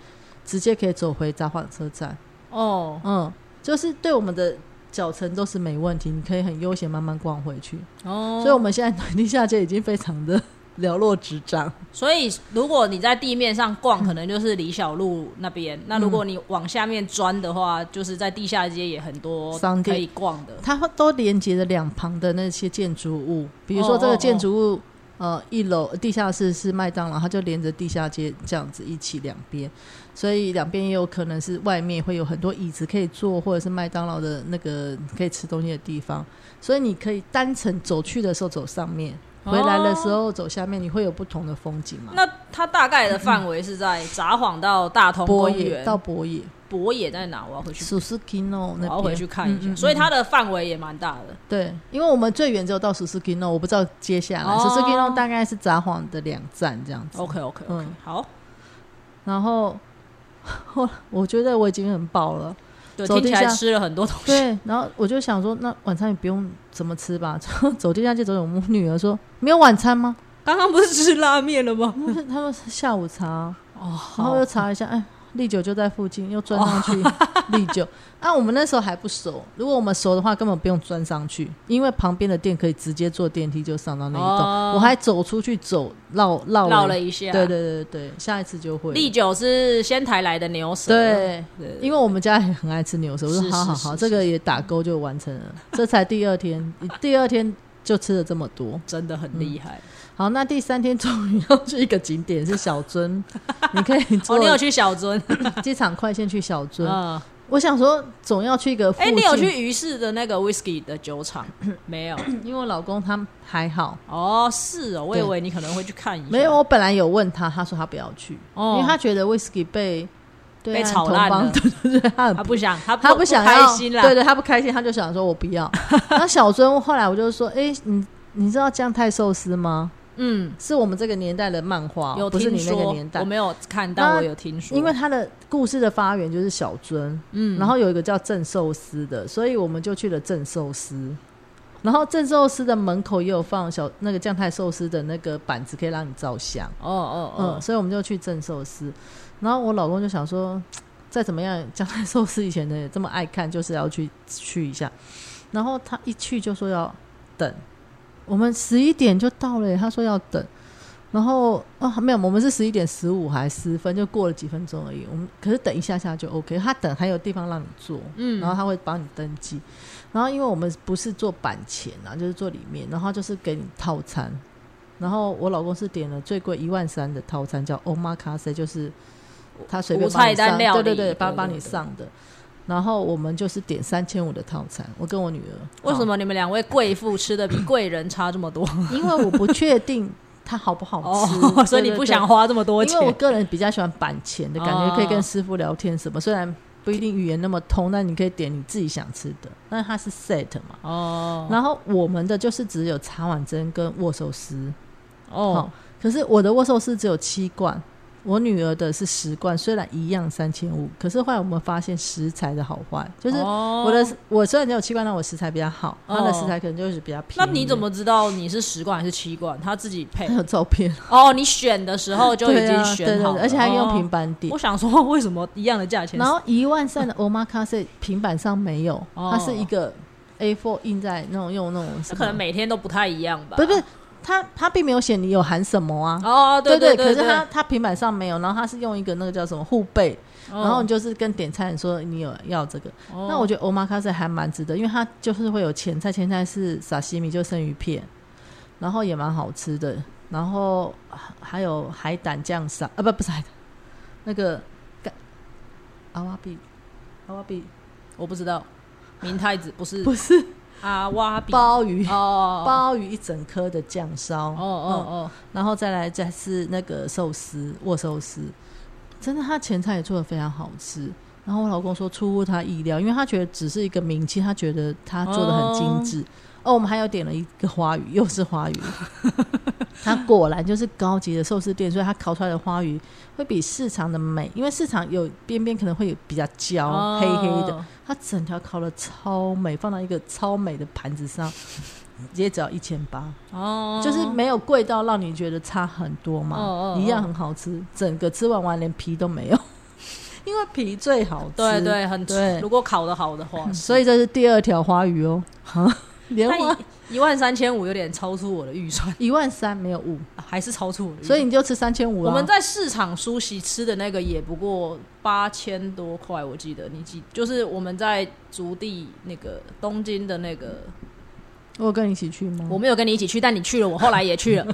Speaker 2: 直接可以走回札幌车站。
Speaker 1: 哦，
Speaker 2: 嗯，就是对我们的脚程都是没问题，你可以很悠闲慢慢逛回去。
Speaker 1: 哦，
Speaker 2: 所以我们现在 *laughs* 对地下街已经非常的了若指掌。
Speaker 1: 所以如果你在地面上逛，
Speaker 2: 嗯
Speaker 1: 可能就是李小璐那边；那如果你往下面钻的话，就是在地下街也很多
Speaker 2: 商店
Speaker 1: 可以逛的。
Speaker 2: 它都连接着两旁的那些建筑物，比如说
Speaker 1: 哦
Speaker 2: 这
Speaker 1: 哦
Speaker 2: 个
Speaker 1: 哦
Speaker 2: 建筑物，呃，一楼地下室是麦当劳，它就连着地下街这样子一起两边，所以两边也有可能是外面会有很多椅子可以坐，或者是麦当劳的那个可以吃东西的地方，所以你可以单程走去的时候走上面，回来的时候走下面，你会有不同的风景嘛？
Speaker 1: 哦那它大概的范围是在札幌到大同
Speaker 2: 博
Speaker 1: 公
Speaker 2: 野
Speaker 1: 园，
Speaker 2: 到博野
Speaker 1: 博野在哪？我要回去，
Speaker 2: ，Susukino
Speaker 1: 我
Speaker 2: 那
Speaker 1: 要回
Speaker 2: 边
Speaker 1: 去看一下。
Speaker 2: 嗯嗯嗯
Speaker 1: 所以它的范围也蛮大的。
Speaker 2: 对，因为我们最远只有到 Susukino，我不知道接下来
Speaker 1: 哦
Speaker 2: Susukino 大概是札幌的两站这样子。
Speaker 1: OK OK OK，、
Speaker 2: 嗯
Speaker 1: 好，
Speaker 2: 然后后我觉得我已经很饱了，
Speaker 1: 对，
Speaker 2: 走
Speaker 1: 听
Speaker 2: 地
Speaker 1: 起
Speaker 2: 下
Speaker 1: 来吃了很多东西。
Speaker 2: 对，然后我就想说，那晚餐也不用怎么吃吧。走地下街走，我们女儿说没有晚餐吗？
Speaker 1: 刚刚不是吃拉面了吗？
Speaker 2: 我说她说是下午茶，啊
Speaker 1: 哦，
Speaker 2: 然
Speaker 1: 好哦
Speaker 2: 后又，查一下，哎，丽九就在附近，又钻上去
Speaker 1: *laughs*
Speaker 2: 丽九。啊，我们那时候还不熟，如果我们熟的话，根本不用钻上去，因为旁边的店可以直接坐电梯就上到那一栋。
Speaker 1: 哦
Speaker 2: 我还走出去走绕绕
Speaker 1: 绕
Speaker 2: 了
Speaker 1: 了一下。
Speaker 2: 对对对对，下一次就会了。
Speaker 1: 利酒是仙台来的牛舌，
Speaker 2: 对，
Speaker 1: 对，
Speaker 2: 因为我们家也很爱吃牛舌，我说
Speaker 1: 是
Speaker 2: 好
Speaker 1: 是
Speaker 2: 好
Speaker 1: 是
Speaker 2: 好，
Speaker 1: 是
Speaker 2: 这个也打勾就完成了。这才第二天，第二天就吃了这么多。
Speaker 1: 真的很厉害。
Speaker 2: 好，那第三天终于要去一个景点，是小樽，你可以
Speaker 1: 哦，
Speaker 2: 坐
Speaker 1: 你有去小樽？
Speaker 2: 机场快线去小樽。
Speaker 1: 嗯，
Speaker 2: 我想说，总要去一个附
Speaker 1: 哎、
Speaker 2: 近。
Speaker 1: 你有？去于氏的那个 whisky 的酒
Speaker 2: *coughs*
Speaker 1: 厂没有？
Speaker 2: 因为我老公他还好，
Speaker 1: 哦，是哦，我以
Speaker 2: 对
Speaker 1: 为你可能会去看一下。
Speaker 2: 没有。，我本来有问他，他说他不要去，
Speaker 1: 哦
Speaker 2: 因为他觉得 whisky 被对
Speaker 1: 被
Speaker 2: 岸
Speaker 1: 炒
Speaker 2: 同
Speaker 1: 烂
Speaker 2: 帮
Speaker 1: 了
Speaker 2: *laughs* 对对对，他很
Speaker 1: *laughs* 他不想，他
Speaker 2: 他
Speaker 1: 不
Speaker 2: 想
Speaker 1: 开
Speaker 2: 要，
Speaker 1: 心啦。
Speaker 2: 对对，他不开心，他就想说我不
Speaker 1: *laughs*
Speaker 2: 要。那小尊后来我就说，哎、你你知道姜太寿司吗？
Speaker 1: 嗯，
Speaker 2: 是我们这个年代的漫画哦，
Speaker 1: 有
Speaker 2: 不是
Speaker 1: 听
Speaker 2: 你那
Speaker 1: 说，
Speaker 2: 个年代
Speaker 1: 我。没有看
Speaker 2: 那
Speaker 1: 到，我有听说，
Speaker 2: 因为他的故事的发源就是小尊，
Speaker 1: 嗯，
Speaker 2: 然后有一个叫郑寿司的，所以我们就去了郑寿司。然后郑寿司的门口也有放小那个酱太寿司的那个板子，可以让你照相。
Speaker 1: 哦哦
Speaker 2: 嗯，
Speaker 1: 哦，
Speaker 2: 所以我们就去郑寿司。然后我老公就想说，再怎么样，江太寿司以前的也这么爱看，就是要去去一下。然后他一去就说要等，我们十一点就到了耶，他说要等。然后哦，没有，我们是十一点十五还十分，就过了几分钟而已。我们可是等一下下就 OK，他等还有地方让你坐，
Speaker 1: 嗯
Speaker 2: 然后他会帮你登记。然后因为我们不是坐板前啊，就是坐里面，然后他就是给你套餐。然后我老公是点了最贵一万三的套餐，叫 omakase，就是他随便
Speaker 1: 无
Speaker 2: 帮你
Speaker 1: 菜单
Speaker 2: 上
Speaker 1: 料
Speaker 2: 对对
Speaker 1: 理
Speaker 2: 对，帮
Speaker 1: 对
Speaker 2: 帮
Speaker 1: 对
Speaker 2: 你
Speaker 1: 对
Speaker 2: 上的。然后我们就是点三千五的套餐，我跟我女儿。
Speaker 1: *laughs* 为什
Speaker 2: 好？
Speaker 1: 么你们两位贵妇吃的比贵人差这么
Speaker 2: *coughs*
Speaker 1: 多？
Speaker 2: 因为我不确定它好不好吃，
Speaker 1: 哦，所以
Speaker 2: 对
Speaker 1: 你不
Speaker 2: 对对
Speaker 1: 想花这么多
Speaker 2: 因为我
Speaker 1: 钱？
Speaker 2: 个人比较喜欢板前的感觉，
Speaker 1: 哦
Speaker 2: 可以跟师傅聊天什么。虽然不一定语言那么通，但你可以点你自己想吃的。但它是 set 嘛，
Speaker 1: 哦，
Speaker 2: 然后我们的就是只有茶碗蒸跟握寿司。
Speaker 1: 哦
Speaker 2: 好，可是我的握寿司只有七罐，我女儿的是十罐，虽然一样三千五，可是后来我们发现食材的好坏，就是
Speaker 1: 我
Speaker 2: 我的、我虽然只有七罐，但我食材比较好，她的
Speaker 1: 哦
Speaker 2: 食材可能就是比较便
Speaker 1: 那
Speaker 2: 宜。
Speaker 1: 你怎么知道你是十罐还是七罐？他自己配
Speaker 2: *laughs* 还有照片？
Speaker 1: 哦，你选的时候就已经选好
Speaker 2: 对啊对对对
Speaker 1: 了，哦
Speaker 2: 而且还用平
Speaker 1: 平。
Speaker 2: 板点。
Speaker 1: 我想说，为什么一样的价钱？
Speaker 2: 然后一万扇的 omakase 平板上没有，
Speaker 1: 哦
Speaker 2: 它是一个 A4 印在那种用那种什
Speaker 1: 这
Speaker 2: 么，
Speaker 1: 可能每天都不太一样吧？
Speaker 2: 不是不是，它它并没有写你有含什么啊。
Speaker 1: 哦，
Speaker 2: 对
Speaker 1: 对
Speaker 2: 可
Speaker 1: 对，
Speaker 2: 是它它平板上没有，然后它是用一个那个叫什么护背，
Speaker 1: 哦，
Speaker 2: 然后你就是跟点餐人说你有要这个。
Speaker 1: 哦
Speaker 2: 那我觉得 omakase 还蛮值得，因为它就是会有前菜，前菜是沙西米，就生鱼片，然后也蛮好吃的，然后啊还有海胆酱沙啊，不不是海胆，那个干阿瓦比，阿瓦比
Speaker 1: 我不知道，明太子不是
Speaker 2: 不是
Speaker 1: 阿瓦比
Speaker 2: 鲍鱼，
Speaker 1: 哦
Speaker 2: 鲍鱼一整颗的酱烧，
Speaker 1: 哦哦
Speaker 2: 然后再来再是那个寿司握寿司，真的，他前菜也做的非常好吃。然后我老公说出乎他意料，因为他觉得只是一个名气，他觉得他做的很精致。哦我们还有点了一个花鱼，又是花
Speaker 1: *laughs*
Speaker 2: 鱼，它果然就是高级的寿司店，所以它烤出来的花鱼会比市场的美，因为市场有边边可能会有比较焦、
Speaker 1: 哦，
Speaker 2: 黑黑的，它整条烤的超美，放到一个超美的盘
Speaker 1: *laughs*
Speaker 2: 子上，也只要一千八。
Speaker 1: 哦，
Speaker 2: 就是没有贵到让你觉得差很多嘛，
Speaker 1: 哦哦哦
Speaker 2: 一样很好吃，整个吃完完连皮都没有， *laughs* 因为皮最好吃。
Speaker 1: 对，对很
Speaker 2: 对
Speaker 1: 如果烤的好的
Speaker 2: *laughs*
Speaker 1: 话，
Speaker 2: 所以这是第二条花
Speaker 1: *laughs*
Speaker 2: 鱼哦，莲
Speaker 1: 但
Speaker 2: 花
Speaker 1: 一一万三千五有点超出我的预算，
Speaker 2: 一万三没有五，
Speaker 1: 还是超出我的预算。
Speaker 2: 所以你就吃三千五
Speaker 1: 嗯
Speaker 2: 啊
Speaker 1: 我们在市场苏西吃的那个也不过八千多块，我记得你记，就是我们在竹地那个东京的那个，
Speaker 2: 我有跟你一起去吗？
Speaker 1: 我没有跟你一起去，但你去了，我后来也去
Speaker 2: *laughs*
Speaker 1: 了。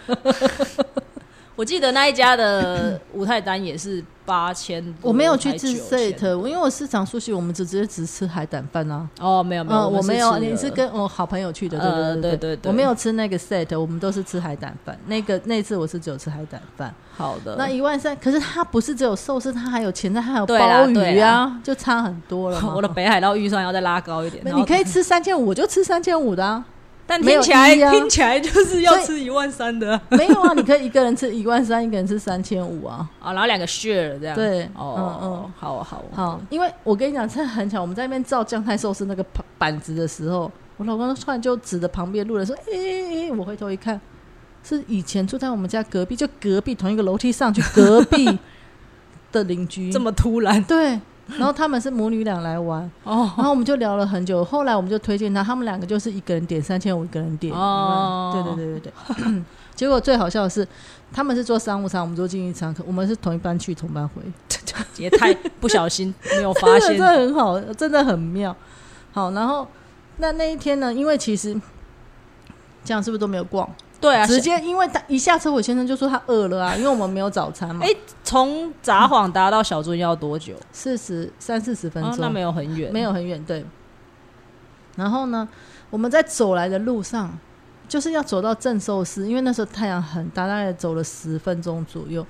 Speaker 1: 我记得那一家的五太单也是八千，
Speaker 2: 我没有去吃
Speaker 1: 自
Speaker 2: set，因为我市场素食，我们只直接只吃海胆饭啊。
Speaker 1: 哦，没有没有，
Speaker 2: 嗯，我没有，你
Speaker 1: 是
Speaker 2: 是
Speaker 1: 吃了
Speaker 2: 跟我好朋友去的，
Speaker 1: 呃
Speaker 2: 对对
Speaker 1: 对对对
Speaker 2: 我没有吃那个 set，我们都是吃海胆饭。那个那次我是只有吃海胆饭，
Speaker 1: 好的，
Speaker 2: 那一万三，可是它不是只有寿司，它还有前菜，它还有
Speaker 1: 对啦
Speaker 2: 鲍鱼
Speaker 1: 对
Speaker 2: 啊，就差很多了
Speaker 1: *laughs* *laughs*
Speaker 2: 嘛。
Speaker 1: 我的北海道预算要再拉高一点，
Speaker 2: 没
Speaker 1: 然后
Speaker 2: 你可以吃三千五，我就吃三千五的
Speaker 1: *laughs*
Speaker 2: 啊。
Speaker 1: 但
Speaker 2: 没有
Speaker 1: 听起来
Speaker 2: 一啊
Speaker 1: 听起来就是要
Speaker 2: 所以
Speaker 1: 吃一万三的啊，
Speaker 2: 没有啊，你可以一个人吃一万三，一个人吃三千五啊。
Speaker 1: 然后两个 share 这样，
Speaker 2: 对
Speaker 1: 哦，
Speaker 2: 嗯嗯，
Speaker 1: 好好
Speaker 2: 好，因为我跟你讲，真的很巧，我们在那边照酱菜寿司那个板板子的时候，我老公突然就指着旁边路人说：“哎哎哎！”我回头一看，是以前住在我们家隔壁，就隔壁同一个楼梯上去，隔
Speaker 1: *laughs*
Speaker 2: 壁的邻居。
Speaker 1: 这么突然
Speaker 2: 对，然后他们是母女俩来玩，然
Speaker 1: 哦
Speaker 2: *laughs* 后我们就聊了很久，后来我们就推荐他，他们两个就是一个人点三千五，一个人点
Speaker 1: 哦
Speaker 2: 对对对对对。
Speaker 1: *laughs*
Speaker 2: 结果最好笑的是，他们是做商务舱，我们做经济舱，可我们是同一班去，同班回，
Speaker 1: 也太不小心没
Speaker 2: *laughs*
Speaker 1: 有 *laughs* 发
Speaker 2: 真
Speaker 1: 现
Speaker 2: 的很好，真的很妙。好，然后那那一天呢，因为其实这样是不是都没有逛？
Speaker 1: 对啊，
Speaker 2: 直接因为他一下车，我先生就说他饿了啊，因为我们没有早餐嘛
Speaker 1: 哎，从札幌达到小樽要多久？
Speaker 2: 四十三四十分
Speaker 1: 啊，
Speaker 2: 钟
Speaker 1: 嗯那，没有很远，
Speaker 2: 没有很远，对。然后呢，我们在走来的路上，就是要走到正寿司，因为那时候太阳很大，大概走了十分钟左右，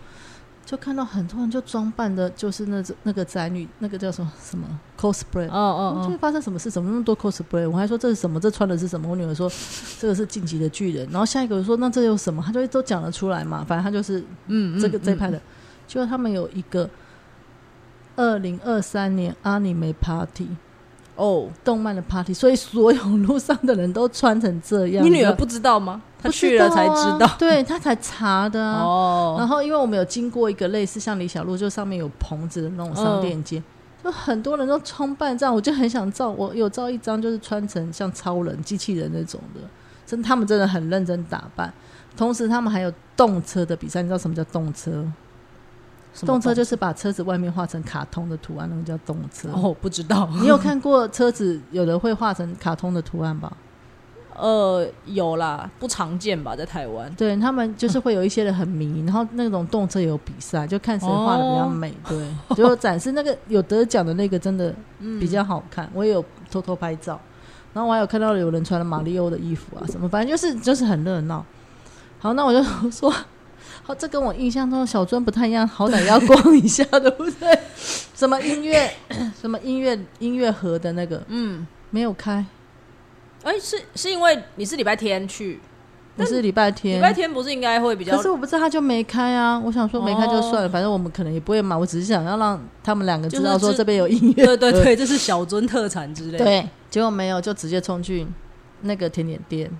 Speaker 2: 就看到很多人就装扮的，就是那种那个宅女，那个叫什么什么 cosplay。
Speaker 1: 嗯，
Speaker 2: 就
Speaker 1: 嗯
Speaker 2: 会发生什么事？怎么那么多 cosplay？我还说这是什么？这穿的是什么？我女儿说这个是晋级的巨人。然后下一个我说那这有什么？她就都讲得出来嘛。反正她就是
Speaker 1: 嗯嗯，
Speaker 2: 这个这一
Speaker 1: 嗯
Speaker 2: 派的，就他们有一个二零二三年阿尼梅 party 哦，动漫的 party，所以所有路上的人都穿成这样。
Speaker 1: 你女
Speaker 2: 知道
Speaker 1: 儿不知道吗？她
Speaker 2: 不
Speaker 1: 去了才
Speaker 2: 啊
Speaker 1: 知道
Speaker 2: 对她才查的啊。然
Speaker 1: 哦，
Speaker 2: 后因为我们有经过一个类似像李小璐，就上面有棚子的那种商店街。就很多人都装扮这样，我就很想照，我有照一张，就是穿成像超人、机器人那种的，真他们真的很认真打扮。同时，他们还有动车的比赛，你知道什么叫动车？
Speaker 1: 什么
Speaker 2: 动车就是把车子外面画成卡通的图案，那个叫动车。
Speaker 1: 哦，不知
Speaker 2: *laughs*
Speaker 1: 道，
Speaker 2: 你有看过车子有的会画成卡通的图案吧？
Speaker 1: 呃，有啦，不常见吧，在台湾。
Speaker 2: 对他们就是会有一些人很迷，然后那种动车有比赛，就看谁画的比较美。对， *laughs* 就展示那个有得奖的那个真的比
Speaker 1: 嗯
Speaker 2: 较好看，我也有偷偷拍照。然后我还有看到有人穿了马里奥的衣服啊，什么，反正就是就是很热闹。好，那我就 *laughs*
Speaker 1: *laughs*
Speaker 2: 说，好，这跟我印象中的小樽不太一样，好歹要逛一下，对不对？什么音乐 *clears throat* 什么音乐音乐盒的那个
Speaker 1: 嗯，
Speaker 2: 没有开，
Speaker 1: 哎、是是因为你是礼拜天去，
Speaker 2: 我是礼拜
Speaker 1: 礼
Speaker 2: 天。
Speaker 1: 拜天不是应该会比较哦
Speaker 2: 可是我不知道他就没开啊，我想说没开就算了，反正我们可能也不会买，我只是想要让他们两个知道
Speaker 1: 就是
Speaker 2: 说
Speaker 1: 知
Speaker 2: 这边有音乐盒。
Speaker 1: *laughs* 对对对，这是小樽特产之类的，
Speaker 2: 对，结果没有，就直接冲去那个甜点店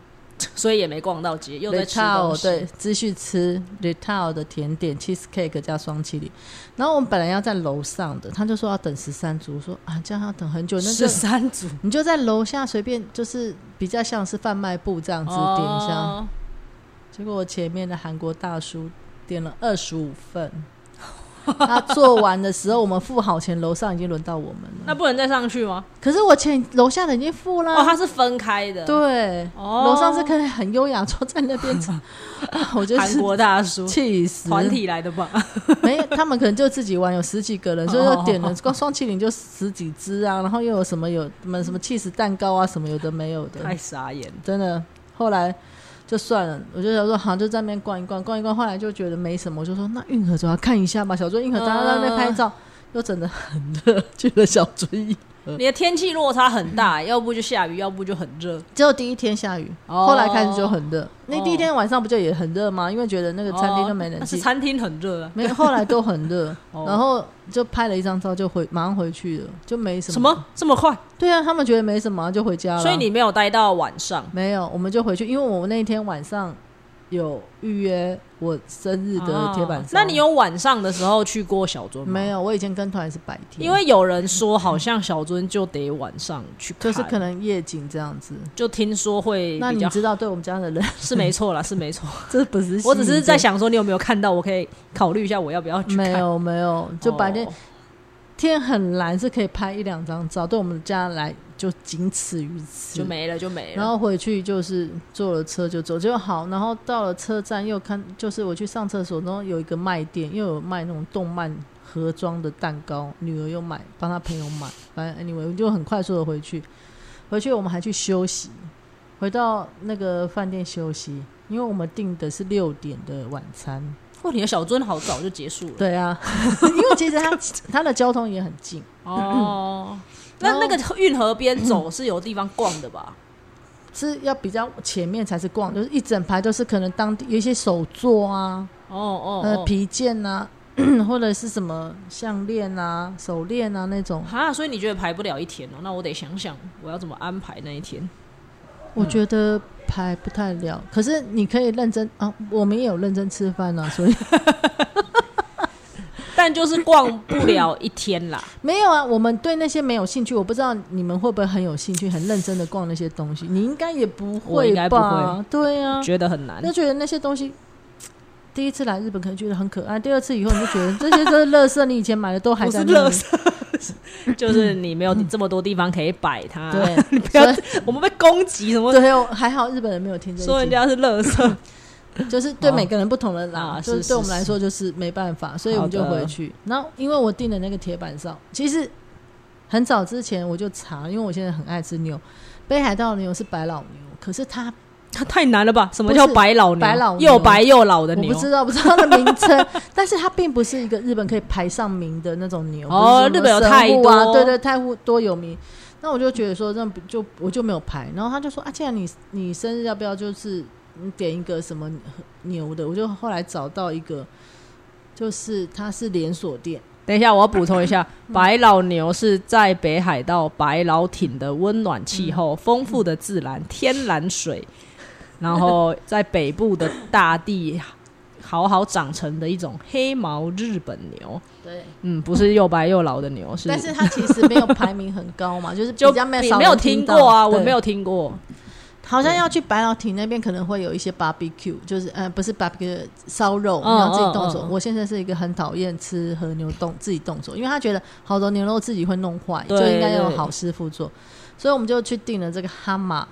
Speaker 1: 所以也没逛到街，又在吃东
Speaker 2: Retao
Speaker 1: 西。
Speaker 2: 哦对，继续吃 Retao 的甜点 cheesecake 加双淇淋。然后我们本来要在楼上的，他就说要等十三组，我说啊这样要等很久，那
Speaker 1: 十
Speaker 2: 就
Speaker 1: 三组
Speaker 2: 你就在楼下随便就是比较像是贩卖部这样子点一下。
Speaker 1: 哦
Speaker 2: 结果我前面的韩国大叔点了二十五份。
Speaker 1: *laughs*
Speaker 2: 他做完的时候，我们付好钱，楼上已经轮到我们了。
Speaker 1: 那不能再上去吗？
Speaker 2: 可是我钱楼下的已经付了，
Speaker 1: 哦，它是分开的。，
Speaker 2: 嗯对，
Speaker 1: 哦，
Speaker 2: 楼上是可以很优雅坐在那边吃，啊我就
Speaker 1: 韩
Speaker 2: *laughs* 是
Speaker 1: 国大叔
Speaker 2: 气死。
Speaker 1: 团体来的吧？
Speaker 2: 没，他们可能就自己玩，有十几个人，所以就点了光双麒麟就十几只啊，然后又有什么有什么什么气死蛋糕啊，什么有的没有的，
Speaker 1: *laughs* 太傻眼了。
Speaker 2: 真的。后来就算了，我就想说，好，就在那边逛一逛，逛一逛。后来就觉得没什么，我就说那运河总要看一下吧。小樽运河，大家在那边拍照，又真的很热，去了小樽运河。
Speaker 1: 你的天气落差很
Speaker 2: 嗯
Speaker 1: 大，要不就下雨，要不就很热。
Speaker 2: 只有第一天下雨，
Speaker 1: 哦
Speaker 2: 后来开始就很热。那第一天晚上不就也很热吗？因为觉得那个餐厅都没
Speaker 1: 哦
Speaker 2: 人
Speaker 1: 但是
Speaker 2: 气，
Speaker 1: 餐厅很热啊。。
Speaker 2: 没有后来都很热
Speaker 1: *laughs* 哦
Speaker 2: 然后就拍了一张照，就回马上回去了，就没什么。啊
Speaker 1: 什？么这么快？
Speaker 2: 对啊，他们觉得没什么，就回家了。
Speaker 1: 所以你没有待到晚上
Speaker 2: 没有，我们就回去，因为我那天晚上有预约我生日的铁板
Speaker 1: 啊
Speaker 2: 烧、
Speaker 1: 那你有晚上的时候去过小樽吗？
Speaker 2: 没，有？我以前跟团是白天，
Speaker 1: 因为有人说好像小樽就得晚上去看，
Speaker 2: 就是可能夜景这样子。
Speaker 1: 就听说会
Speaker 2: 那
Speaker 1: 比
Speaker 2: 你
Speaker 1: 较
Speaker 2: 知道，对我们家的人，
Speaker 1: *laughs*
Speaker 2: *laughs*
Speaker 1: 是没错啦，是没错。
Speaker 2: 这不是
Speaker 1: *laughs* 我只是在
Speaker 2: 吸
Speaker 1: 想说，你有没有看到？我可以考虑一下，我要不要去
Speaker 2: 引
Speaker 1: 看？
Speaker 2: 人，没有没有，就白天、
Speaker 1: 哦
Speaker 2: 天很蓝，是可以拍一两张照，对我们家来就仅此于此，
Speaker 1: 就没了，就没了。
Speaker 2: 然后回去就是坐了车就走就好，然后到了车站又看，就是我去上厕所，然后有一个卖店，又有卖那种动漫盒装的蛋糕，女儿又买，帮她朋友买，反正 anyway 我就很快速的回去，回去我们还去休息，回到那个饭店休息，因为我们订的是六点的晚餐，
Speaker 1: 哇，你的小樽好早就结束了。
Speaker 2: 对啊，因为其实它它的交通也很近， *laughs*
Speaker 1: 哦，那
Speaker 2: 然后
Speaker 1: 那个运河边走是有地方逛的吧？
Speaker 2: 是要比较前面才是逛，就是一整排都是可能当地有一些手作啊，
Speaker 1: 哦哦，
Speaker 2: 呃
Speaker 1: 哦，
Speaker 2: 皮件呐、 *clears throat* 或者是什么项链啊、手链啊那种，
Speaker 1: 哈，所以你觉得排不了一天哦？那我得想想我要怎么安排那一天。
Speaker 2: 我觉得排不太了。可是你可以认真啊，我们也有认真吃饭
Speaker 1: *laughs*
Speaker 2: 啊，所以 *laughs*
Speaker 1: 但就是逛不了一天
Speaker 2: *laughs*
Speaker 1: 啦。
Speaker 2: 没有啊，我们对那些没有兴趣。我不知道你们会不会很有兴趣，很认真的逛那些东西。你应该也不
Speaker 1: 我应该
Speaker 2: 会
Speaker 1: 不会
Speaker 2: 吧？对啊，
Speaker 1: 觉得很难
Speaker 2: 就觉得那些东西。第一次来日本可能觉得很可爱，第二次以后你就觉得这些都是垃圾，你以前买的都还
Speaker 1: 不
Speaker 2: 在
Speaker 1: 是
Speaker 2: 那
Speaker 1: 乐
Speaker 2: 里。
Speaker 1: 色，就是你没有这么多地方可以摆它。，
Speaker 2: 对，
Speaker 1: *laughs* 不要
Speaker 2: 所以
Speaker 1: 啊我们被攻击什么？
Speaker 2: 对哦，还好日本人没有听这一
Speaker 1: 说
Speaker 2: 集
Speaker 1: 人家是乐色，
Speaker 2: 就是对
Speaker 1: 哦
Speaker 2: 每个人不同的啦，
Speaker 1: 啊
Speaker 2: 就是是
Speaker 1: 是
Speaker 2: 对我们来说就是没办法，所以我们就回去。然后因为我订的那个铁板烧，其实很早之前我就查，因为我现在很爱吃牛，北海道牛是白老牛，可是它
Speaker 1: 它 *laughs* 太难了吧？什么
Speaker 2: 不
Speaker 1: 叫
Speaker 2: 是
Speaker 1: 白老牛？
Speaker 2: 白老牛
Speaker 1: 又白又老的
Speaker 2: 我
Speaker 1: 牛
Speaker 2: 不。知道不知道它的名称，但是它并不是一个日本可以排上名的那种牛。
Speaker 1: 哦
Speaker 2: 不是
Speaker 1: 日本有
Speaker 2: 什么神户
Speaker 1: 太
Speaker 2: 啊，
Speaker 1: 多
Speaker 2: 对对，太户多有名。那我就觉得说，那不就我就没有排。然后他就说啊，既然你你生日要不要就是你点一个什么牛的？我就后来找到一个，就是它是连锁店。
Speaker 1: 等一下，我要补充一
Speaker 2: *laughs*
Speaker 1: 下，白老牛是在北海道白老町的温暖气
Speaker 2: 嗯
Speaker 1: 候、丰富的自然、天然水， *laughs* 然后在北部的大地好好长成的一种黑毛日本牛。
Speaker 2: 对，
Speaker 1: 嗯，不是又白又老的牛，是
Speaker 2: 但是它其实没有排名很高嘛，就是
Speaker 1: 就
Speaker 2: 比较没
Speaker 1: 比
Speaker 2: 少
Speaker 1: 没有
Speaker 2: 人
Speaker 1: 听
Speaker 2: 听
Speaker 1: 过啊，
Speaker 2: 到
Speaker 1: 我
Speaker 2: 对
Speaker 1: 没有听过。
Speaker 2: 好像要去百老亭那边，可能会有一些 barbecue，就是呃，不是 barbecue 烧肉，
Speaker 1: 嗯
Speaker 2: 你要自己动手。
Speaker 1: 嗯嗯
Speaker 2: 我现在是一个很讨厌吃和牛动自己动手，因为他觉得好多牛肉自己会弄坏，就
Speaker 1: 对
Speaker 2: 应该要
Speaker 1: 对
Speaker 2: 有好师傅做。所以我们就去订了这个哈马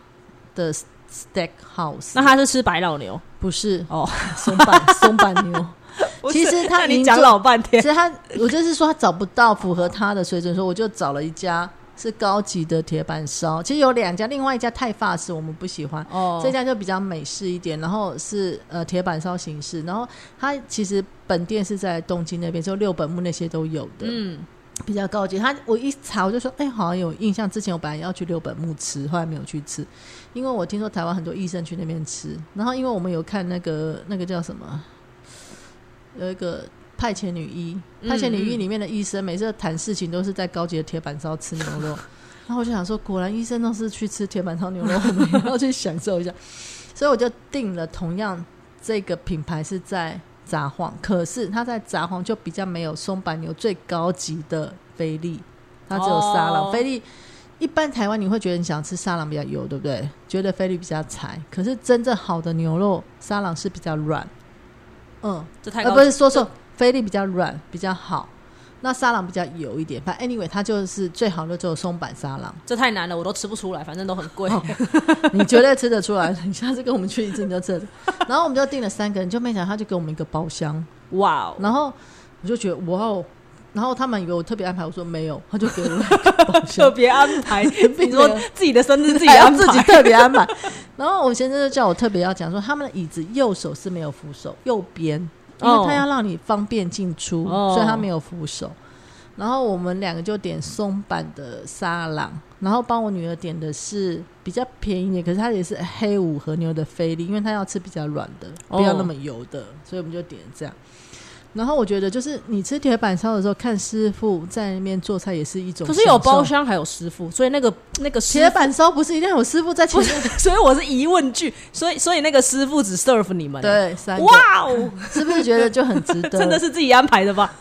Speaker 2: 的 steak house，
Speaker 1: 那他是吃白老牛
Speaker 2: 不是
Speaker 1: 哦，
Speaker 2: *laughs* 松板松板
Speaker 1: *laughs*
Speaker 2: 牛。其实他
Speaker 1: 那你
Speaker 2: 民
Speaker 1: 讲
Speaker 2: 众
Speaker 1: 老半
Speaker 2: 其
Speaker 1: 天，
Speaker 2: 实他，我就是说他找不到符合他的水准，所以我就找了一家是高级的铁板烧。其实有两家，另外一家泰法式我们不喜欢，
Speaker 1: *laughs* 哦
Speaker 2: 这家就比较美式一点，然后是呃铁板烧形式，然后它其实本店是在东京那边，就六本木那些都有的。
Speaker 1: 嗯，
Speaker 2: 比较高级。它我一查我就说，哎、好像有印象。之前我本来要去六本木吃，后来没有去吃，因为我听说台湾很多医生去那边吃。然后因为我们有看那个那个叫什么，有一个派遣女医，
Speaker 1: 嗯
Speaker 2: 派遣女医
Speaker 1: 嗯
Speaker 2: 里面的医生每次谈事情都是在高级的铁板烧吃牛肉。然后我就想说，果然医生都是去吃铁板烧牛
Speaker 1: *laughs*
Speaker 2: 肉，我们也要去享受一下。所以我就定了同样这个品牌是在札幌，可是它在札幌就比较没有松板牛最高级的菲力，它只有沙朗、
Speaker 1: 哦
Speaker 2: 菲力。一般台湾你会觉得你想吃沙朗比较油，对不对？觉得菲力比较柴，可是真正好的牛肉沙朗是比较软，嗯，
Speaker 1: 这太
Speaker 2: 而
Speaker 1: 高
Speaker 2: 不是说说菲力比较软比较好，那沙朗比较油一点。反正 anyway，它就是最好的只有松板沙
Speaker 1: *laughs*
Speaker 2: 朗。
Speaker 1: 这太难了，我都吃不出来，反正都很贵。
Speaker 2: 哦你绝对吃得出来。你下次跟我们去一次你就吃得出来。然后我们就订了三个人，就没想到他就给我们一个包厢，
Speaker 1: *laughs* 哇哦，
Speaker 2: 然后我就觉得哇哦，然后他们以为我特别安排，我说没有，他就给我了一个包
Speaker 1: 特
Speaker 2: 厢。
Speaker 1: 别安排，你
Speaker 2: *laughs* 并没
Speaker 1: 说
Speaker 2: 有
Speaker 1: 自己的生日自己
Speaker 2: 还哎要
Speaker 1: 安
Speaker 2: 自己
Speaker 1: 排，
Speaker 2: 特别安排， *laughs* 然后我先生就叫我特别要讲说，他们的椅子右手是没有扶手，右边，因
Speaker 1: 哦
Speaker 2: 为他要让你方便进出，
Speaker 1: 哦
Speaker 2: 所以他没有扶手。然后我们两个就点松板的沙朗，然后帮我女儿点的是比较便宜一点，可是她也是黑五和牛的菲力，因为她要吃比较软的，
Speaker 1: 哦
Speaker 2: 不要那么油的，所以我们就点这样。然后我觉得就是你吃铁板烧的时候，看师傅在那边做菜也是一种
Speaker 1: 可
Speaker 2: 享受。
Speaker 1: 是有包厢还有师傅，所以那个那个师
Speaker 2: 铁板烧不是一定要有师傅在前
Speaker 1: 不
Speaker 2: 面
Speaker 1: 是， *laughs* 所以我是疑问句，所以所以那个师傅只 serve 你们，，
Speaker 2: 对，三个
Speaker 1: 哇哦，
Speaker 2: 是不是觉得就很值
Speaker 1: *laughs*
Speaker 2: 得？
Speaker 1: 真的是自己安排的吧？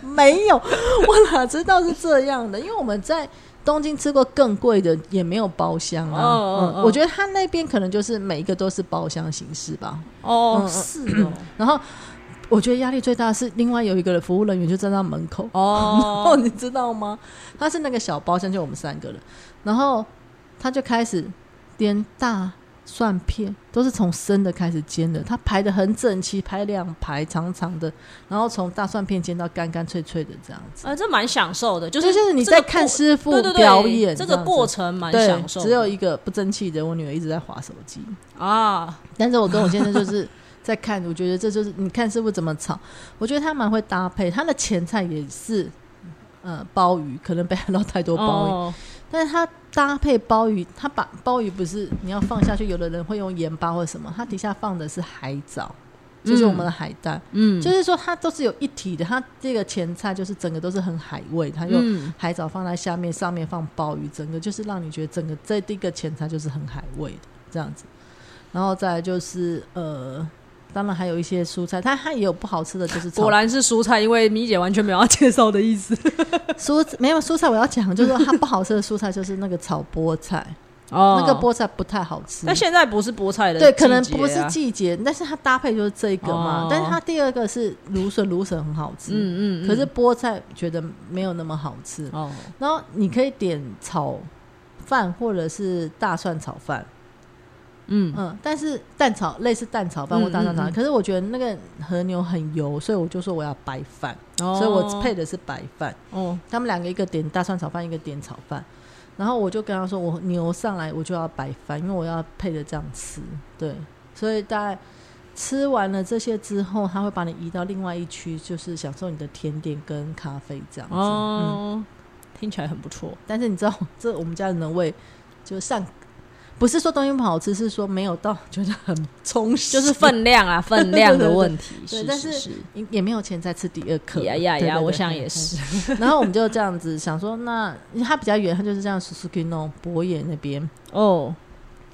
Speaker 2: 没有， *laughs* 我哪知道是这样的？因为我们在东京吃过更贵的，也没有包厢啊。
Speaker 1: 哦哦哦
Speaker 2: 嗯，我觉得他那边可能就是每一个都是包厢形式吧。
Speaker 1: 哦
Speaker 2: *laughs* 嗯，
Speaker 1: 是哦，
Speaker 2: 然后我觉得压力最大的是另外有一个服务人员就站到门口，哦，
Speaker 1: 哦，
Speaker 2: 你知道吗？他是那个小包厢，就我们三个人，然后他就开始连大蒜片都是从生的开始煎的，他排的很整齐，排两排长长的，然后从大蒜片煎到干干脆脆的这样子。
Speaker 1: 呃，这蛮享受的， *laughs* 就
Speaker 2: 就是是你
Speaker 1: 这个
Speaker 2: 在看
Speaker 1: 过
Speaker 2: 师傅
Speaker 1: 对对对
Speaker 2: 表演
Speaker 1: 这
Speaker 2: 样
Speaker 1: 个
Speaker 2: 子
Speaker 1: 过程蛮
Speaker 2: 对
Speaker 1: 享受的，
Speaker 2: 只有一个不争气的，我女儿一直在划手机。
Speaker 1: 啊，
Speaker 2: 但是我跟我先生就是 *laughs* 在看，我觉得这就是你看师傅怎么炒，我觉得他蛮会搭配，他的前菜也是，呃，鲍鱼，可能被他捞太多鲍鱼，
Speaker 1: 哦
Speaker 2: 但是他搭配鲍鱼，他把鲍鱼不是你要放下去，有的人会用盐巴或什么，他底下放的是海藻，就是我们的海带，
Speaker 1: 嗯，
Speaker 2: 就是说它都是有一体的，它这个前菜就是整个都是很海味，它用
Speaker 1: 嗯
Speaker 2: 海藻放在下面，上面放鲍鱼，整个就是让你觉得整个这第一个前菜就是很海味的这样子。然后再来就是呃，当然还有一些蔬菜，它它也有不好吃的，就是炒
Speaker 1: 果然是蔬菜，因为米姐完全没有要介绍的意思
Speaker 2: *laughs* 蔬没有蔬菜，我要讲就是说它不好吃的蔬菜就是那个炒菠菜，
Speaker 1: 哦
Speaker 2: 那个，菠菜不太好吃。
Speaker 1: 但现在不是菠菜的季节
Speaker 2: 对，
Speaker 1: 啊，
Speaker 2: 可能不是季节，但是它搭配就是这个嘛。
Speaker 1: 哦
Speaker 2: 但是它第二个是芦笋，芦笋很好吃，
Speaker 1: 嗯，嗯嗯，
Speaker 2: 可是菠菜觉得没有那么好吃。
Speaker 1: 哦，
Speaker 2: 然后你可以点炒饭或者是大蒜炒饭，
Speaker 1: 嗯，
Speaker 2: 嗯，但是蛋炒类似蛋炒饭或大蒜炒
Speaker 1: 嗯
Speaker 2: 饭，
Speaker 1: 嗯嗯
Speaker 2: 可是我觉得那个和牛很油，所以我就说我要白饭，所以我配的是白饭。
Speaker 1: 哦，
Speaker 2: 他们两个一个点大蒜炒饭，一个点炒饭。然后我就跟他说，我牛上来我就要白饭，因为我要配着这样吃。对，所以大概吃完了这些之后，他会把你移到另外一区，就是享受你的甜点跟咖啡这样子。嗯，
Speaker 1: 哦，听起来很不错。
Speaker 2: 但是你知道，这我们家人的胃就上，不是说东西不好吃，是说没有到觉得很充实，
Speaker 1: 就是分量
Speaker 2: *laughs*
Speaker 1: 啊，分量的问题。
Speaker 2: 对
Speaker 1: 是
Speaker 2: 但
Speaker 1: 是
Speaker 2: 是也也没有钱再吃第二颗。
Speaker 1: 呀呀
Speaker 2: 对
Speaker 1: 呀，
Speaker 2: 对
Speaker 1: 我
Speaker 2: 对
Speaker 1: 想
Speaker 2: 嗯
Speaker 1: 也
Speaker 2: 嗯
Speaker 1: 是。
Speaker 2: *laughs* 然后我们就这样子想说，那因为它比较远，它就是这样 Suzuki no 博野那边，
Speaker 1: 哦，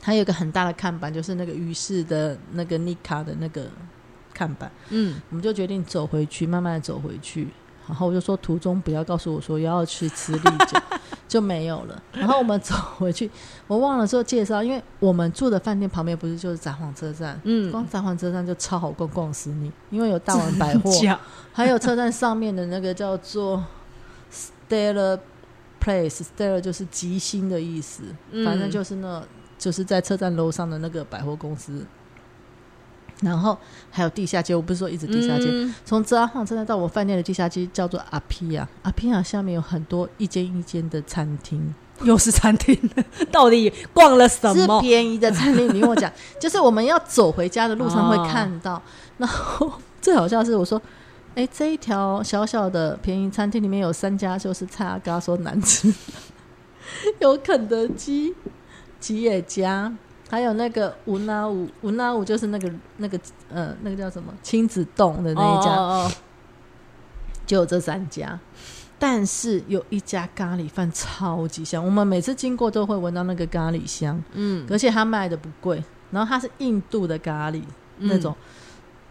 Speaker 2: 它有一个很大的看板，就是那个鱼市的那个尼卡的那个看板，
Speaker 1: 嗯，
Speaker 2: 我们就决定走回去，慢慢的走回去。然后我就说途中不要告诉我说要去吃利酒，就没有了。然后我们走回去，我忘了做介绍，因为我们住的饭店旁边不是就是札幌车站，
Speaker 1: 嗯
Speaker 2: 光札幌车站就超好逛逛死你，因为有大丸百货，
Speaker 1: 讲
Speaker 2: 还有车站上面的那个叫做 Stellar Place，Stellar 就是吉星的意思，
Speaker 1: 嗯
Speaker 2: 反正就是那，就是在车站楼上的那个百货公司。然后还有地下街，我不是说一直地下街，
Speaker 1: 嗯
Speaker 2: 从泽阿晃站到我饭店的地下街叫做阿皮亚，阿皮亚下面有很多一间一间的餐厅，
Speaker 1: 又是餐厅， *laughs* 到底逛了什
Speaker 2: 是
Speaker 1: 么？
Speaker 2: 便宜的餐厅。你跟
Speaker 1: *laughs*
Speaker 2: 我讲，就是我们要走回家的路上会
Speaker 1: 哦
Speaker 2: 看到。然后最好笑的是，我说哎，这一条小小的便宜餐厅里面有三家，就是蔡阿嘎说难吃， *laughs* 有肯德基、吉野家，还有那个吴那五吴那五，就是那个那个呃那个叫什么亲子洞的那一家，
Speaker 1: 哦哦
Speaker 2: 就有这三家。但是有一家咖喱饭超级香，我们每次经过都会闻到那个咖喱香，
Speaker 1: 嗯，
Speaker 2: 而且它卖的不贵，然后它是印度的咖喱，
Speaker 1: 嗯
Speaker 2: 那种。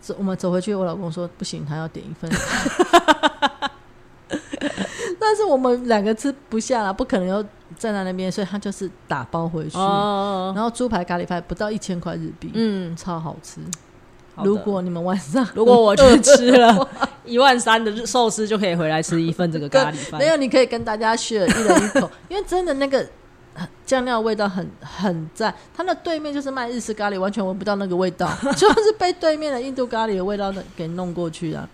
Speaker 2: 走，我们走回去，我老公说不行，他要点一份。 *laughs* 但是我们两个吃不下了，不可能又站在那边，所以他就是打包回去。
Speaker 1: 哦哦，哦
Speaker 2: 然后猪排咖喱饭不到一千块日币，
Speaker 1: 嗯，
Speaker 2: 超好吃。
Speaker 1: 好的
Speaker 2: 如果你们晚上
Speaker 1: 如果我去吃了
Speaker 2: *laughs*
Speaker 1: 一万三的日寿司，就可以回来吃一份这个咖喱饭
Speaker 2: 没。有，你可以跟大家 share 一人一口，因为真的那个呃酱料味道很很赞。它的对面就是卖日式咖喱，完全闻不到那个味道，就是被对面的印度咖喱的味道给弄过去了。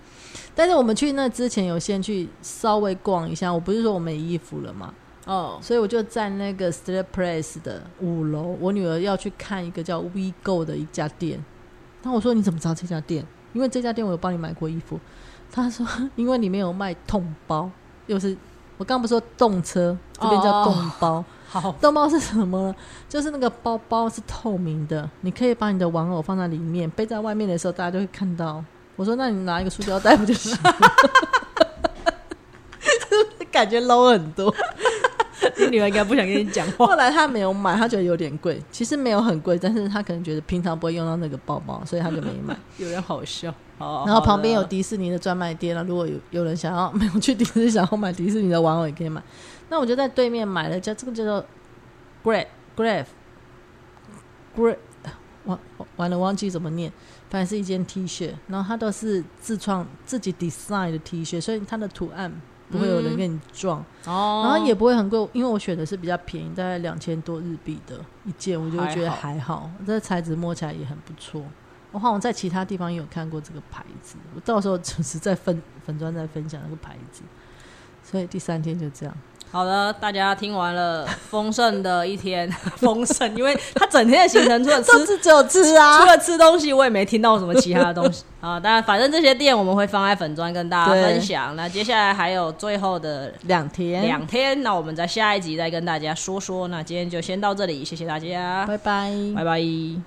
Speaker 2: 但是我们去那之前有先去稍微逛一下，我不是说我没衣服了嘛，
Speaker 1: 哦，
Speaker 2: 所以我就在那个 Street Place 的五楼，我女儿要去看一个叫 WeGo 的一家店。那我说你怎么知道这家店？因为这家店我有帮你买过衣服。她说因为里面有卖桶包，又是我刚不是说动车，这边叫动包。
Speaker 1: 好，
Speaker 2: 动包是什么呢？就是那个包包是透明的，你可以把你的玩偶放在里面，背在外面的时候大家就会看到。我说那你拿一个塑胶袋不就行了？ *laughs* 感觉 low 很多。
Speaker 1: 你女儿应该不想跟你讲 *laughs* 话。
Speaker 2: 后来他没有买，他觉得有点贵，其实没有很贵，但是他可能觉得平常不会用到那个包包，所以他就没
Speaker 1: *laughs*
Speaker 2: 买。
Speaker 1: 有点好笑。好，
Speaker 2: 然后
Speaker 1: 哦好
Speaker 2: 旁边
Speaker 1: 的
Speaker 2: 有迪士尼的专卖店了，如果有有人想要没有去迪士尼想要买迪士尼的玩偶也可以买。那我就在对面买了叫这个叫做 Grave Grave Grave，完完了忘记怎么念，反正是一件 T 恤，然后它都是自创自己 design 的 T 恤，所以它的图案不会
Speaker 1: 嗯
Speaker 2: 有人跟你撞。
Speaker 1: 哦，
Speaker 2: 然后也不会很贵，因为我选的是比较便宜，大概两千多日币的一件，我就
Speaker 1: 还
Speaker 2: 觉得
Speaker 1: 好
Speaker 2: 还好，这材质摸起来也很不错。我好像在其他地方也有看过这个牌子，我到时候就是在粉粉砖在分享那个牌子，所以第三天就这样。
Speaker 1: 好的，大家听完了丰盛的一
Speaker 2: *laughs*
Speaker 1: 天，丰盛，因为他整天的行程除了吃
Speaker 2: 这次只有吃 *laughs* 啊
Speaker 1: 除，了吃东西，我也没听到什么其他的东
Speaker 2: *laughs*
Speaker 1: 西啊。当然，反正这些店我们会放在粉砖跟大家
Speaker 2: 对
Speaker 1: 分享。那接下来还有最后的
Speaker 2: 两天，
Speaker 1: 两天，那我
Speaker 2: 啊
Speaker 1: 们在下一集再跟大家说说。那今天就先到这里，谢谢大家，
Speaker 2: 拜拜。
Speaker 1: 拜拜